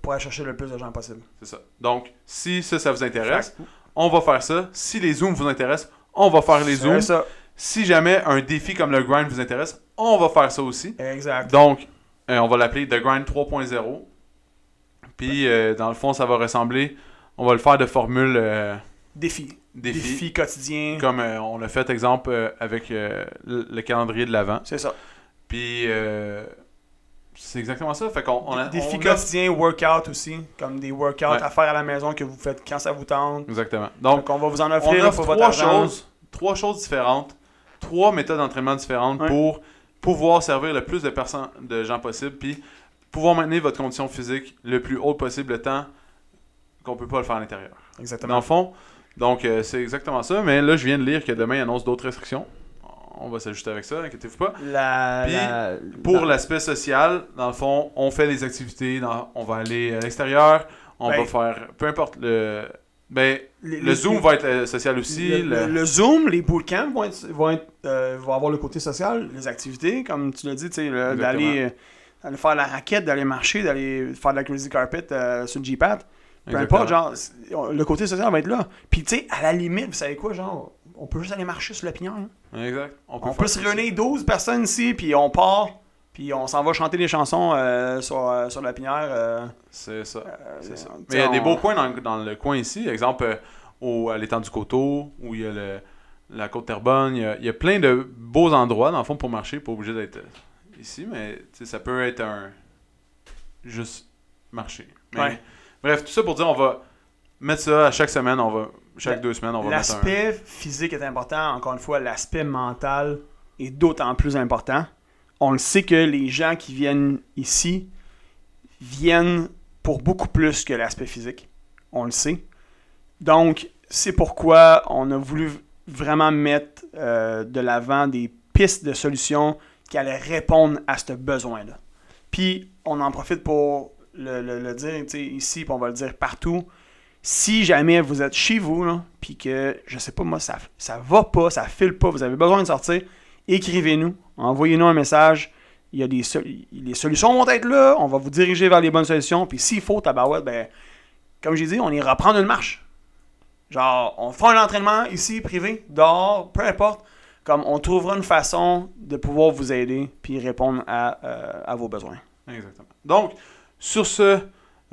Speaker 2: pour aller chercher le plus de gens possible.
Speaker 1: C'est ça. Donc, si ça, ça vous intéresse, on va faire ça. Si les zooms vous intéressent, on va faire les
Speaker 2: C'est
Speaker 1: zooms.
Speaker 2: ça.
Speaker 1: Si jamais un défi comme le grind vous intéresse, on va faire ça aussi.
Speaker 2: Exact.
Speaker 1: Donc, Euh, on va l'appeler The Grind 3.0. Puis, euh, dans le fond, ça va ressembler. On va le faire de formule euh,
Speaker 2: Défi.
Speaker 1: défi.
Speaker 2: Défi quotidien.
Speaker 1: Comme euh, on l'a fait, exemple, euh, avec euh, le le calendrier de l'Avent.
Speaker 2: C'est ça.
Speaker 1: Puis, euh, c'est exactement ça. Fait qu'on on a.
Speaker 2: Défi
Speaker 1: on a-
Speaker 2: quotidien, workout aussi. Comme des workouts
Speaker 1: Ouais.
Speaker 2: à faire à la maison que vous faites quand ça vous tente.
Speaker 1: Exactement. Donc,
Speaker 2: Donc, on va vous en
Speaker 1: on
Speaker 2: offrir
Speaker 1: offre
Speaker 2: pour
Speaker 1: trois
Speaker 2: votre argent.
Speaker 1: choses, trois choses différentes, trois méthodes d'entraînement différentes
Speaker 2: Ouais.
Speaker 1: pour pouvoir servir le plus de personnes, de gens possible, puis pouvoir maintenir votre condition physique le plus haut possible le temps qu'on peut pas le faire à l'intérieur. Dans
Speaker 2: Exactement.
Speaker 1: le fond, donc euh, c'est exactement ça. Mais là, je viens de lire que demain il annonce d'autres restrictions. On va s'ajuster avec ça, inquiétez-vous pas.
Speaker 3: La,
Speaker 1: Puis,
Speaker 3: la-
Speaker 1: Pour
Speaker 3: la-
Speaker 1: l'aspect social, dans le fond, on fait des activités, dans- on va aller à l'extérieur, on
Speaker 2: Ben-
Speaker 1: va faire, peu importe le, ben
Speaker 2: Les-
Speaker 1: le
Speaker 2: les-
Speaker 1: zoom va être euh, social aussi.
Speaker 2: Le,
Speaker 1: le-
Speaker 2: le- le Zoom, les bootcamps vont, être- vont, être, euh, vont avoir le côté social, les activités, comme tu l'as dit, tu sais, le-
Speaker 1: Exactement.
Speaker 2: d'aller euh, d'aller faire la raquette, d'aller marcher, d'aller faire de la crazy carpet euh, sur le G-Pad. Peu
Speaker 1: Exactement.
Speaker 2: importe, genre, c'est- on- le côté social va être là. Puis, tu sais, à la limite, vous savez quoi, genre, on peut juste aller marcher sur le pignon. hein.
Speaker 1: Exact.
Speaker 2: On
Speaker 1: faire
Speaker 2: peut se
Speaker 1: ça.
Speaker 2: réunir 12 personnes ici, puis on part, puis on s'en va chanter des chansons euh, sur, euh, sur la pinière. euh,
Speaker 1: C'est ça.
Speaker 2: euh,
Speaker 1: c'est ça.
Speaker 2: tu sais,
Speaker 1: Mais il y a des
Speaker 2: on-
Speaker 1: beaux coins dans, dans le coin ici. Exemple, euh, au, à l'étang du Coteau, où il y a le- la côte Terrebonne. Il y a, il y a plein de beaux endroits, dans le fond, pour marcher. Pas obligé d'être euh, ici, mais tu sais, ça peut être un. Juste marcher. Mais-
Speaker 2: Ouais.
Speaker 1: Bref, tout ça pour dire, on va mettre ça à chaque semaine. On va, chaque
Speaker 2: La-
Speaker 1: deux semaines, on va mettre un.
Speaker 2: L'aspect physique est important, encore une fois, l'aspect mental est d'autant plus important. On le sait que les gens qui viennent ici viennent pour beaucoup plus que l'aspect physique. On le sait. Donc, c'est pourquoi on a voulu vraiment mettre euh, de l'avant des pistes de solutions qui allaient répondre à ce besoin-là. Puis, on en profite pour le, le- le dire tu sais, ici, puis on va le dire partout si jamais vous êtes chez vous, là, puis que, je sais pas moi, ça, ça va pas, ça file pas, vous avez besoin de sortir, écrivez-nous, envoyez-nous un message. Il y a des sol- les solutions vont être là, on va vous diriger vers les bonnes solutions, puis s'il faut, tabarouette, ben, comme j'ai dit, on ira prendre une marche. Genre, on fera un entraînement ici, privé, dehors, peu importe. Comme on trouvera une façon de pouvoir vous aider puis répondre à, euh, à vos besoins.
Speaker 1: Exactement. Donc, sur ce, euh,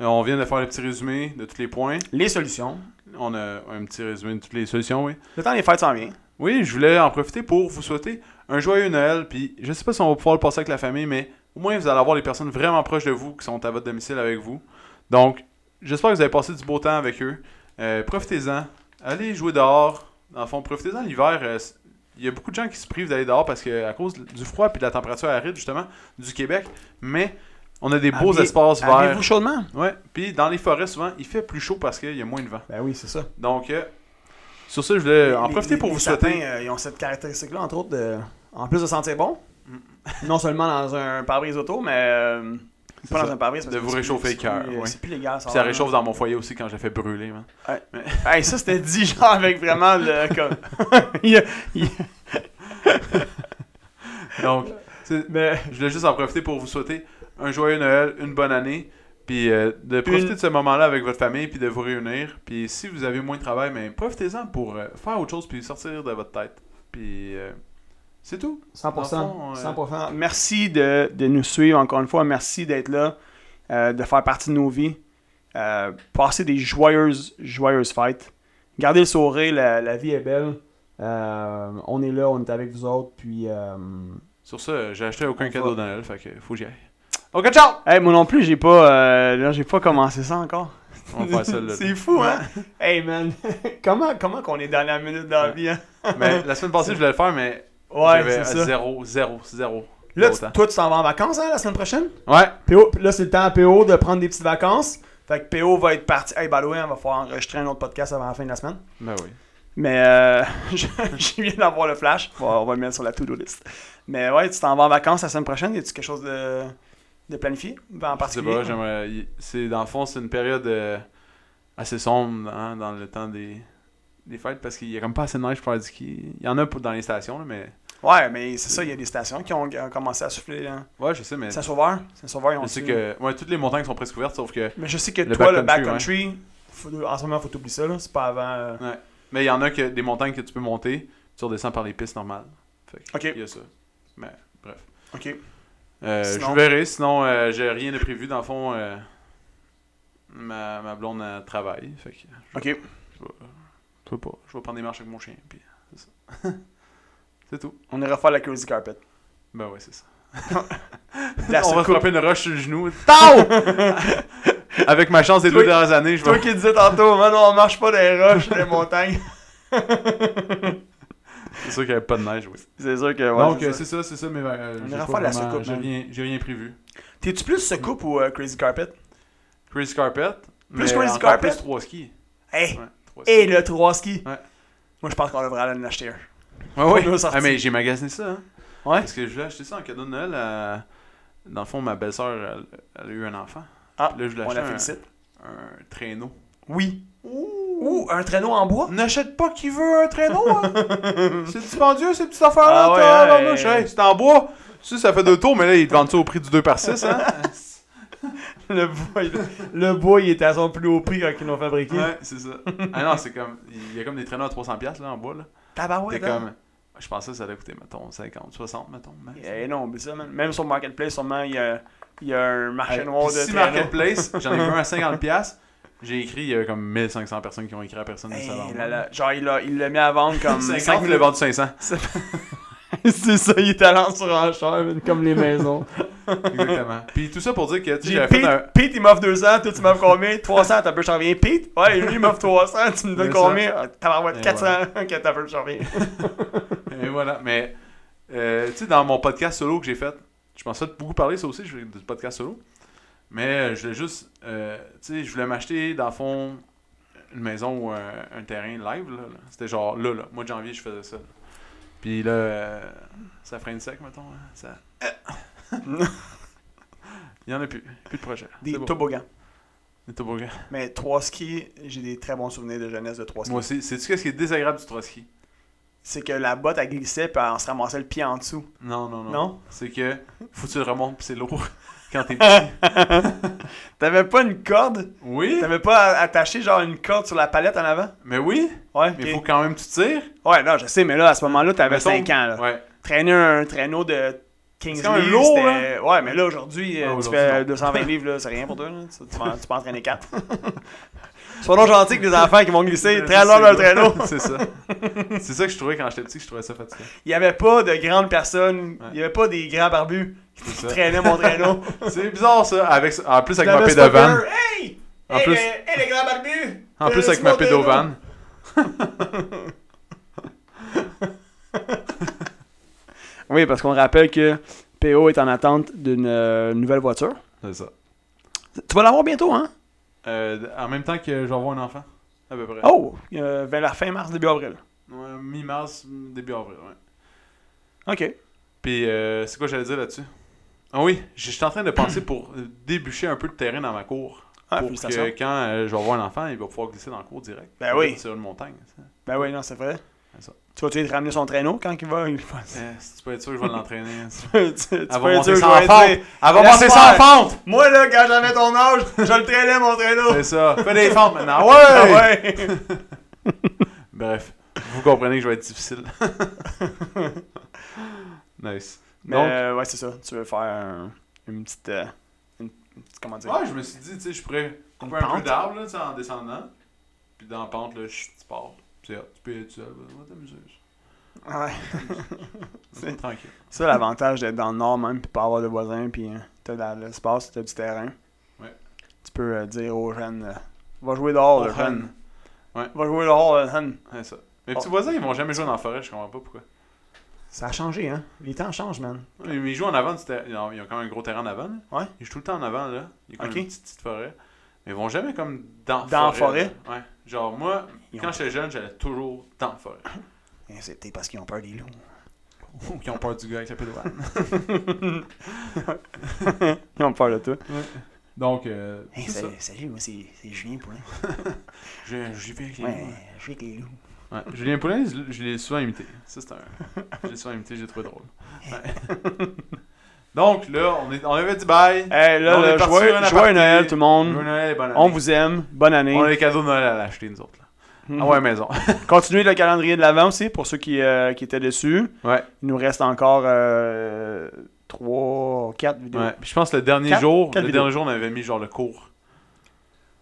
Speaker 1: on vient de faire le petit résumé de tous les points.
Speaker 2: Les solutions.
Speaker 1: On a un petit résumé de toutes les solutions, oui.
Speaker 2: Le temps des fêtes s'en vient.
Speaker 1: Oui, je voulais en profiter pour vous souhaiter un joyeux Noël. Puis je sais pas si on va pouvoir le passer avec la famille, mais au moins vous allez avoir les personnes vraiment proches de vous qui sont à votre domicile avec vous. Donc, j'espère que vous avez passé du beau temps avec eux. Euh, profitez-en. Allez jouer dehors. Dans le fond, profitez-en l'hiver. Euh, c- Il y a beaucoup de gens qui se privent d'aller dehors parce que à cause du froid et de la température aride, justement, du Québec. Mais on a des beaux
Speaker 2: Habillez-
Speaker 1: espaces verts.
Speaker 2: Avez-vous chaudement?
Speaker 1: Ouais. Puis dans les forêts, souvent, il fait plus chaud parce qu'il y a moins de vent.
Speaker 3: Ben oui, c'est ça.
Speaker 1: Donc, euh, sur ça, je voulais Euh, en
Speaker 2: Les-
Speaker 1: profiter
Speaker 2: les-
Speaker 1: pour
Speaker 2: les
Speaker 1: vous
Speaker 2: sapins,
Speaker 1: souhaiter.
Speaker 2: euh, ils ont cette caractéristique-là, entre autres, de, en plus de sentir bon,
Speaker 1: Mm.
Speaker 2: non seulement dans un pare-brise auto, mais euh,
Speaker 1: C'est
Speaker 2: pas
Speaker 1: ça.
Speaker 2: dans un pare-brise. parce
Speaker 1: De
Speaker 2: que
Speaker 1: vous
Speaker 2: c'est
Speaker 1: réchauffer
Speaker 2: plus-
Speaker 1: le cœur,
Speaker 2: c'est plus- euh,
Speaker 1: ouais.
Speaker 2: C'est plus légal,
Speaker 1: Puis ça réchauffe dans mon foyer aussi quand je l'ai fait brûler. man.
Speaker 2: Hey, ça, c'était dit genre avec vraiment le. Comme... Il y a- il y a-
Speaker 1: Donc, c'est-
Speaker 2: mais-
Speaker 1: je voulais juste en profiter pour vous souhaiter un joyeux Noël, une bonne année, puis euh, de profiter
Speaker 2: Une-
Speaker 1: de ce moment-là avec votre famille, puis de vous réunir. Puis si vous avez moins de travail, mais profitez-en pour euh, faire autre chose, puis sortir de votre tête. Puis euh, c'est tout.
Speaker 3: 100%.
Speaker 1: Dans le fond, euh,
Speaker 3: 100%.
Speaker 2: Merci de, de nous suivre encore une fois. Merci d'être là, euh, de faire partie de nos vies. Euh, passez des joyeuses, joyeuses fêtes. Gardez le sourire, la, la vie est belle.
Speaker 3: Euh, on est là, on est avec vous autres, puis... euh,
Speaker 1: Sur ça, euh, j'ai acheté aucun
Speaker 3: On
Speaker 1: cadeau
Speaker 3: va-
Speaker 1: de Noël, fait que faut que j'y aille. Ok, ciao!
Speaker 2: Hey, moi non plus, j'ai pas, euh, là, j'ai pas commencé ça encore.
Speaker 1: On va faire ça là.
Speaker 2: C'est fou, hein? hey, man, comment, comment qu'on est dans la minute dans la vie, hein?
Speaker 1: Mais la semaine passée, je voulais le faire, mais
Speaker 2: Ouais,
Speaker 1: j'avais
Speaker 2: c'est ça.
Speaker 1: zéro, zéro, zéro.
Speaker 2: Là,
Speaker 1: zéro
Speaker 2: tu-
Speaker 1: temps.
Speaker 2: toi, tu t'en vas en vacances, hein, la semaine prochaine?
Speaker 1: Ouais,
Speaker 3: PO, là, c'est le temps à PO de prendre des petites vacances.
Speaker 2: Fait que PO va être parti. Hey, by the way, on va falloir enregistrer un autre podcast avant la fin de la semaine.
Speaker 1: ben oui.
Speaker 2: Mais euh, je, je viens d'avoir le flash. Bon, on va le mettre sur la to-do list. Mais ouais, tu t'en vas en vacances la semaine prochaine. Y a-tu quelque chose de, de planifié Ben, en
Speaker 1: Je sais
Speaker 2: particulier?
Speaker 1: pas, j'aimerais. y- C'est, dans le fond, c'est une période euh, assez sombre hein, dans le temps des, des fêtes parce qu'il y a comme pas assez de neige pour faire du ski. Il y en a pour- dans les stations, là, mais.
Speaker 2: Ouais, mais c'est ça, il y a des stations qui ont, qui ont commencé à souffler. hein.
Speaker 1: Ouais, je sais, mais.
Speaker 2: Saint-Sauveur? Saint-Sauveur, ils ont
Speaker 1: Je sais
Speaker 2: su-
Speaker 1: que. Ouais, toutes les montagnes sont presque ouvertes, sauf que.
Speaker 2: Mais je sais que
Speaker 1: Le
Speaker 2: toi, le
Speaker 1: backcountry,
Speaker 2: backcountry, faut- en ce moment, faut t'oublier ça. là. C'est pas avant. euh,
Speaker 1: Mais il y en a que des montagnes que tu peux monter, tu redescends par les pistes normales. Fait que,
Speaker 2: Ok.
Speaker 1: Il y a ça. Mais, bref.
Speaker 2: Ok.
Speaker 1: Euh,
Speaker 2: Sinon-
Speaker 1: Je verrai, sinon euh, j'ai rien de prévu. Dans le fond, euh, ma, ma blonde elle travaille. Fait que
Speaker 2: Ok.
Speaker 1: je vais pas. Je vais prendre des marches avec mon chien. Puis c'est ça. c'est tout.
Speaker 2: On ira faire la Crazy Carpet.
Speaker 1: Ben ouais, c'est ça.
Speaker 2: La
Speaker 1: On va se
Speaker 2: secoupe.
Speaker 1: frapper une roche sur le genou. Tao! avec ma chance des
Speaker 2: Toi-
Speaker 1: deux dernières années, je
Speaker 2: Toi
Speaker 1: vais.
Speaker 2: qui disais tantôt, man, on marche pas dans les roches, dans les montagnes.
Speaker 1: C'est sûr qu'il n'y avait pas de neige, oui.
Speaker 2: C'est sûr que. ouais,
Speaker 1: Donc,
Speaker 2: c'est
Speaker 1: euh,
Speaker 2: ça.
Speaker 1: c'est ça, c'est ça, mais euh,
Speaker 2: On
Speaker 1: j'ai
Speaker 2: ira
Speaker 1: pas
Speaker 2: faire la
Speaker 1: vraiment-
Speaker 2: soucoupe,
Speaker 1: J'ai
Speaker 2: man.
Speaker 1: rien, j'ai rien prévu.
Speaker 2: T'es-tu plus secoupe ou euh, Crazy Carpet
Speaker 1: Crazy Carpet. mais
Speaker 2: Crazy
Speaker 1: encore
Speaker 2: Carpet?
Speaker 1: Plus Eh, 3 skis.
Speaker 2: Hey!
Speaker 1: Ouais, trois skis.
Speaker 2: Et le 3 ski!
Speaker 1: Ouais.
Speaker 2: Moi, je pense qu'on devrait aller en acheter un.
Speaker 1: Ouais,
Speaker 2: On
Speaker 1: ouais.
Speaker 2: l'a sorti.
Speaker 1: Ah, mais j'ai magasiné ça. Hein.
Speaker 2: Ouais.
Speaker 1: Parce que je voulais acheter ça en cadeau de Noël. à- Dans le fond, ma belle-sœur, elle, elle a eu un enfant.
Speaker 2: Ah,
Speaker 1: Puis là, je voulais
Speaker 2: on la
Speaker 1: acheter
Speaker 2: félicite.
Speaker 1: un, un traîneau.
Speaker 2: Oui. Ouh, un traîneau en bois?
Speaker 1: Oh, N'achète pas qui veut un traîneau. hein. c'est dispendieux, ces petites affaires-là. hein,
Speaker 2: Ah ouais,
Speaker 1: t'as-
Speaker 2: ouais.
Speaker 1: barnouche. Hey, c'est en bois. Ça, ça fait deux tours, mais là, ils te vendent ça au prix du 2 par 6. Hein?
Speaker 2: Le bois, il-
Speaker 3: Le bois, il était à son plus haut prix quand ils l'ont fabriqué.
Speaker 1: ouais, c'est ça. Ah non, c'est comme. Il y a comme des traîneaux à 300$ là, en bois. Là.
Speaker 2: Tabarouette,
Speaker 1: T'es
Speaker 2: hein?
Speaker 1: comme. Je pensais que ça allait coûter, mettons, 50, 60, mettons. max.
Speaker 2: Eh non, mais ça, man. Même sur Marketplace, sûrement, il y a, il y a un marché
Speaker 1: Hey,
Speaker 2: noir
Speaker 1: puis
Speaker 2: de
Speaker 1: si
Speaker 2: traîneaux.
Speaker 1: Marketplace, j'en ai vu un à 50$. J'ai écrit, il y a comme 1500 personnes qui ont écrit à personne de
Speaker 2: Hey,
Speaker 1: savoir.
Speaker 2: là, là. Genre, il l'a il l'a mis à vendre comme
Speaker 1: 50 000 vendu 500.
Speaker 2: C'est ça, il est allé en surenchère.
Speaker 3: Cher, man, comme les maisons.
Speaker 1: Exactement. Puis tout ça pour dire que tu sais,
Speaker 2: J'ai
Speaker 1: j'avais fait
Speaker 2: Pete,
Speaker 1: un.
Speaker 2: Pete, il m'offre 200, toi tu m'offres combien 300, t'as peu, j'en reviens. Pete, ouais, lui il m'offre 300, tu me donnes
Speaker 1: C'est
Speaker 2: combien Ah, Tabarouette,
Speaker 1: Et
Speaker 2: 400, ok, t'as peu, j'en reviens.
Speaker 1: Et voilà. Mais euh, tu sais, dans mon podcast solo que j'ai fait, je pensais beaucoup parler ça aussi, je fais du podcast solo. Mais euh, je voulais juste. euh, tu sais, je voulais m'acheter, dans le fond, une maison ou un, un terrain live. là, là. C'était genre là, là. Mois de janvier, je faisais ça. là. Puis là, euh, ça freine sec, mettons. hein. Ça. euh. Il y en a plus. Plus de projet.
Speaker 2: Des
Speaker 1: C'est beau.
Speaker 2: toboggans.
Speaker 1: Des toboggans.
Speaker 2: Mais trois skis, j'ai des très bons souvenirs de jeunesse de trois skis.
Speaker 1: Moi aussi. Sais-tu qu'est-ce qui est désagréable du troski?
Speaker 2: C'est que la botte, elle glissait, puis on se ramassait le pied en dessous.
Speaker 1: Non, non, non.
Speaker 2: Non?
Speaker 1: C'est que faut que tu le remontes pis c'est lourd quand t'es petit.
Speaker 2: T'avais pas une corde
Speaker 1: Oui,
Speaker 2: T'avais pas attaché genre une corde sur la palette en avant
Speaker 1: mais oui,
Speaker 2: Ouais,
Speaker 1: mais
Speaker 2: ok.
Speaker 1: faut quand même que tu tires.
Speaker 2: Ouais, non, je sais, mais là, à ce moment-là, t'avais
Speaker 1: Mettons-
Speaker 2: 5 ans, là.
Speaker 1: Ouais.
Speaker 2: Traîner un traîneau de 15
Speaker 1: C'est quand même
Speaker 2: livres,
Speaker 1: lourd, hein?
Speaker 2: c'était... Ouais, mais là, aujourd'hui, euh,
Speaker 1: Ouais,
Speaker 2: tu
Speaker 1: aujourd'hui,
Speaker 2: fais
Speaker 1: non.
Speaker 2: 220 livres, là, c'est rien pour toi, là. Tu, tu vas- tu peux entraîner 4. Sois donc gentil avec les enfants qui vont glisser très loin d'un traîneau.
Speaker 1: C'est ça. C'est ça que je trouvais quand j'étais petit, que je trouvais ça fatigant.
Speaker 2: Il n'y avait pas de grandes personnes, il n'y avait pas des grands barbus
Speaker 1: C'est
Speaker 2: qui
Speaker 1: ça.
Speaker 2: traînaient mon traîneau.
Speaker 1: C'est bizarre ça. Avec, en plus avec ma
Speaker 2: J'avais
Speaker 1: pédovane.
Speaker 2: Spooker, Hey!
Speaker 1: En
Speaker 2: hey,
Speaker 1: plus-
Speaker 2: le- hey, les grands barbus!
Speaker 1: En plus avec
Speaker 2: Laisse-moi
Speaker 1: ma
Speaker 2: traîner.
Speaker 1: pédovane.
Speaker 2: Oui, parce qu'on rappelle que PO est en attente d'une euh, nouvelle voiture.
Speaker 1: C'est ça.
Speaker 2: Tu vas l'avoir bientôt, hein?
Speaker 1: Euh, en même temps que je vais avoir un enfant, à peu près.
Speaker 2: Oh! euh, vers la fin mars, début avril.
Speaker 1: Ouais, Mi-mars, début avril, ouais.
Speaker 2: OK.
Speaker 1: Puis, euh, c'est quoi j'allais dire là-dessus? Ah oui, j'étais en train de penser pour euh, débucher un peu de terrain dans ma cour.
Speaker 2: Ah,
Speaker 1: pour
Speaker 2: félicitations.
Speaker 1: que quand euh, je vais avoir un enfant, il va pouvoir glisser dans le cours direct.
Speaker 2: Ben oui.
Speaker 1: Sur une montagne. ça.
Speaker 2: Ben oui, non, c'est vrai.
Speaker 1: C'est ça.
Speaker 2: Tu vas-tu te ramener son traîneau quand il va? Il va-
Speaker 1: Eh, si tu peux être sûr que je vais l'entraîner. ça.
Speaker 2: tu, tu peux
Speaker 1: Elle va
Speaker 2: être
Speaker 1: monter
Speaker 2: sûr que je
Speaker 1: sans
Speaker 2: vais
Speaker 1: fente.
Speaker 2: dire,
Speaker 1: Elle va monter sans
Speaker 2: Laisse
Speaker 1: fente.
Speaker 2: Moi, là, quand j'avais ton âge, je le traînais, mon traîneau.
Speaker 1: C'est ça. Fais des fentes maintenant. Ouais.
Speaker 2: Ah ouais!
Speaker 1: Bref, vous comprenez que je vais être difficile. nice.
Speaker 2: Mais
Speaker 1: Donc-
Speaker 2: euh, ouais, c'est ça. Tu veux faire un- une petite. euh, une, une petite- comment dire?
Speaker 1: Ouais, je me suis dit, tu sais, je pourrais couper un peu
Speaker 2: pente?
Speaker 1: d'arbre là, tu sais, en descendant. Puis dans la pente, là, chut, tu pars. Tu sais, tu peux être seul. là. Va t'amuser.
Speaker 2: Ouais. C'est-
Speaker 1: Tranquille.
Speaker 2: Ça, l'avantage d'être dans le nord même, puis pas avoir de voisins, puis euh, t'as de l'espace, t'as du terrain.
Speaker 1: Ouais.
Speaker 2: Tu peux euh, dire aux jeunes, euh, va jouer dehors,
Speaker 1: Aux
Speaker 2: le jeune.
Speaker 1: jeunes. Ouais.
Speaker 2: Va jouer dehors, le jeune.
Speaker 1: Ouais, ça. Mes petits voisins, ils vont jamais jouer dans la forêt, je comprends pas pourquoi.
Speaker 2: Ça a changé, hein? Les temps changent, man.
Speaker 1: Ouais, mais Ils jouent en avant du terrain. Ils ont- ils ont quand même un gros terrain en avant. là.
Speaker 2: Ouais.
Speaker 1: Ils jouent tout le temps en avant, là. Il y a comme
Speaker 2: Ok.
Speaker 1: une petite, petite forêt. Mais ils vont jamais comme dans,
Speaker 2: Dans la
Speaker 1: là. Ouais. Genre, moi,
Speaker 2: Ils
Speaker 1: quand
Speaker 2: ont-
Speaker 1: j'étais jeune, j'allais toujours dans la forêt.
Speaker 2: Eh, C'était parce qu'ils ont peur des loups.
Speaker 1: Qui ont peur du gars avec la pédale.
Speaker 2: Ils ont peur de toi.
Speaker 1: Donc, euh,
Speaker 4: Hey,
Speaker 1: c'est ça.
Speaker 4: salut, salut, moi c'est c'est Julien Poulin.
Speaker 1: Je- J'y vais avec les
Speaker 4: Ouais,
Speaker 1: loups,
Speaker 4: je suis avec les loups.
Speaker 1: hein. Ouais. Julien Poulin, je, je l'ai souvent imité. Ça, c'est un. je l'ai souvent imité, j'ai trouvé drôle. Ouais. Donc, là, on, est, on avait dit bye.
Speaker 2: Hey, là,
Speaker 1: Là, on est
Speaker 2: là,
Speaker 1: parti
Speaker 2: joyeux,
Speaker 1: sur un
Speaker 2: joyeux
Speaker 1: aparté.
Speaker 2: Noël, tout le monde.
Speaker 1: Bonne Noël et bonne
Speaker 2: On
Speaker 1: année.
Speaker 2: vous aime. Bonne année.
Speaker 1: On a les cadeaux de Noël à l'acheter, nous autres. Là.
Speaker 2: Mhm.
Speaker 1: Ah ouais, maison.
Speaker 2: Continuez le euh, calendrier de l'avant aussi pour ceux qui, euh, qui étaient dessus.
Speaker 1: ouais.
Speaker 2: Il nous reste encore euh, 3, 4 vidéos.
Speaker 1: Ouais. Puis je pense que le dernier
Speaker 2: Quatre-
Speaker 1: jour,
Speaker 2: quatre
Speaker 1: le
Speaker 2: vidéos.
Speaker 1: dernier jour, on avait mis genre le cours.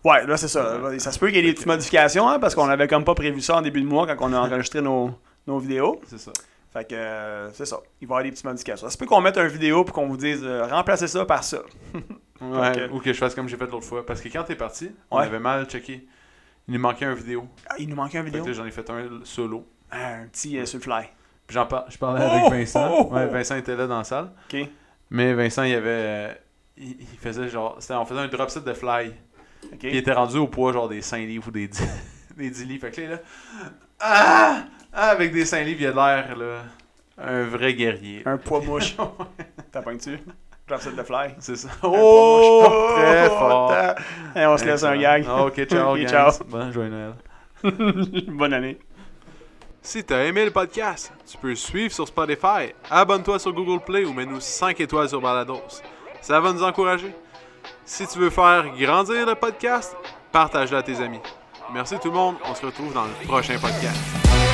Speaker 2: Ouais, là, c'est ça. Là, Ça se peut qu'il y ait des
Speaker 1: Ok.
Speaker 2: petites modifications, hein, parce qu'on avait comme pas prévu ça en début de mois quand on a enregistré nos, nos vidéos.
Speaker 1: C'est ça.
Speaker 2: Fait que, euh, c'est ça. Il va y avoir des petites modifications. Ça se peut qu'on mette une vidéo pour qu'on vous dise euh, remplacez ça par ça.
Speaker 1: Ouais,
Speaker 2: Fait que-
Speaker 1: Ou que je fasse comme j'ai fait l'autre fois. Parce que quand t'es parti, on
Speaker 2: Ouais.
Speaker 1: avait mal checké. Il nous manquait un vidéo.
Speaker 2: Ah, il nous manquait une
Speaker 1: Fait
Speaker 2: vidéo.
Speaker 1: que là, j'en ai fait un solo.
Speaker 2: Ah, un petit euh, sur le fly.
Speaker 1: Puis j'en par- je parlais
Speaker 2: Oh!
Speaker 1: avec Vincent.
Speaker 2: Oh!
Speaker 1: Ouais, Vincent était là dans la salle.
Speaker 2: Ok.
Speaker 1: Mais Vincent, il avait. euh, il, il faisait genre. c'était- on faisait un drop set de fly.
Speaker 2: Ok.
Speaker 1: Puis il était rendu au poids genre des 5 livres ou des 10, des 10 livres. Fait que là, il est là. Ah! Ah, avec des 5 livres, il a l'air là. Un vrai guerrier.
Speaker 2: Un poids mouche. T'as pas dessus? Drop set de fly.
Speaker 1: C'est ça. Oh!
Speaker 2: poids mouche.
Speaker 1: Très fort.
Speaker 2: Attends. Allez, oh, on se laisse un gag.
Speaker 1: Excellent. Oh. Ok, ciao,
Speaker 2: Ok,
Speaker 1: guys.
Speaker 2: ciao.
Speaker 1: Bon, joyeux Noël.
Speaker 2: Bonne année.
Speaker 1: Si t'as aimé le podcast, tu peux le suivre sur Spotify, abonne-toi sur Google Play ou mets-nous 5 étoiles sur Balados. Ça va nous encourager. Si tu veux faire grandir le podcast, partage-le à tes amis. Merci tout le monde, on se retrouve dans le prochain podcast.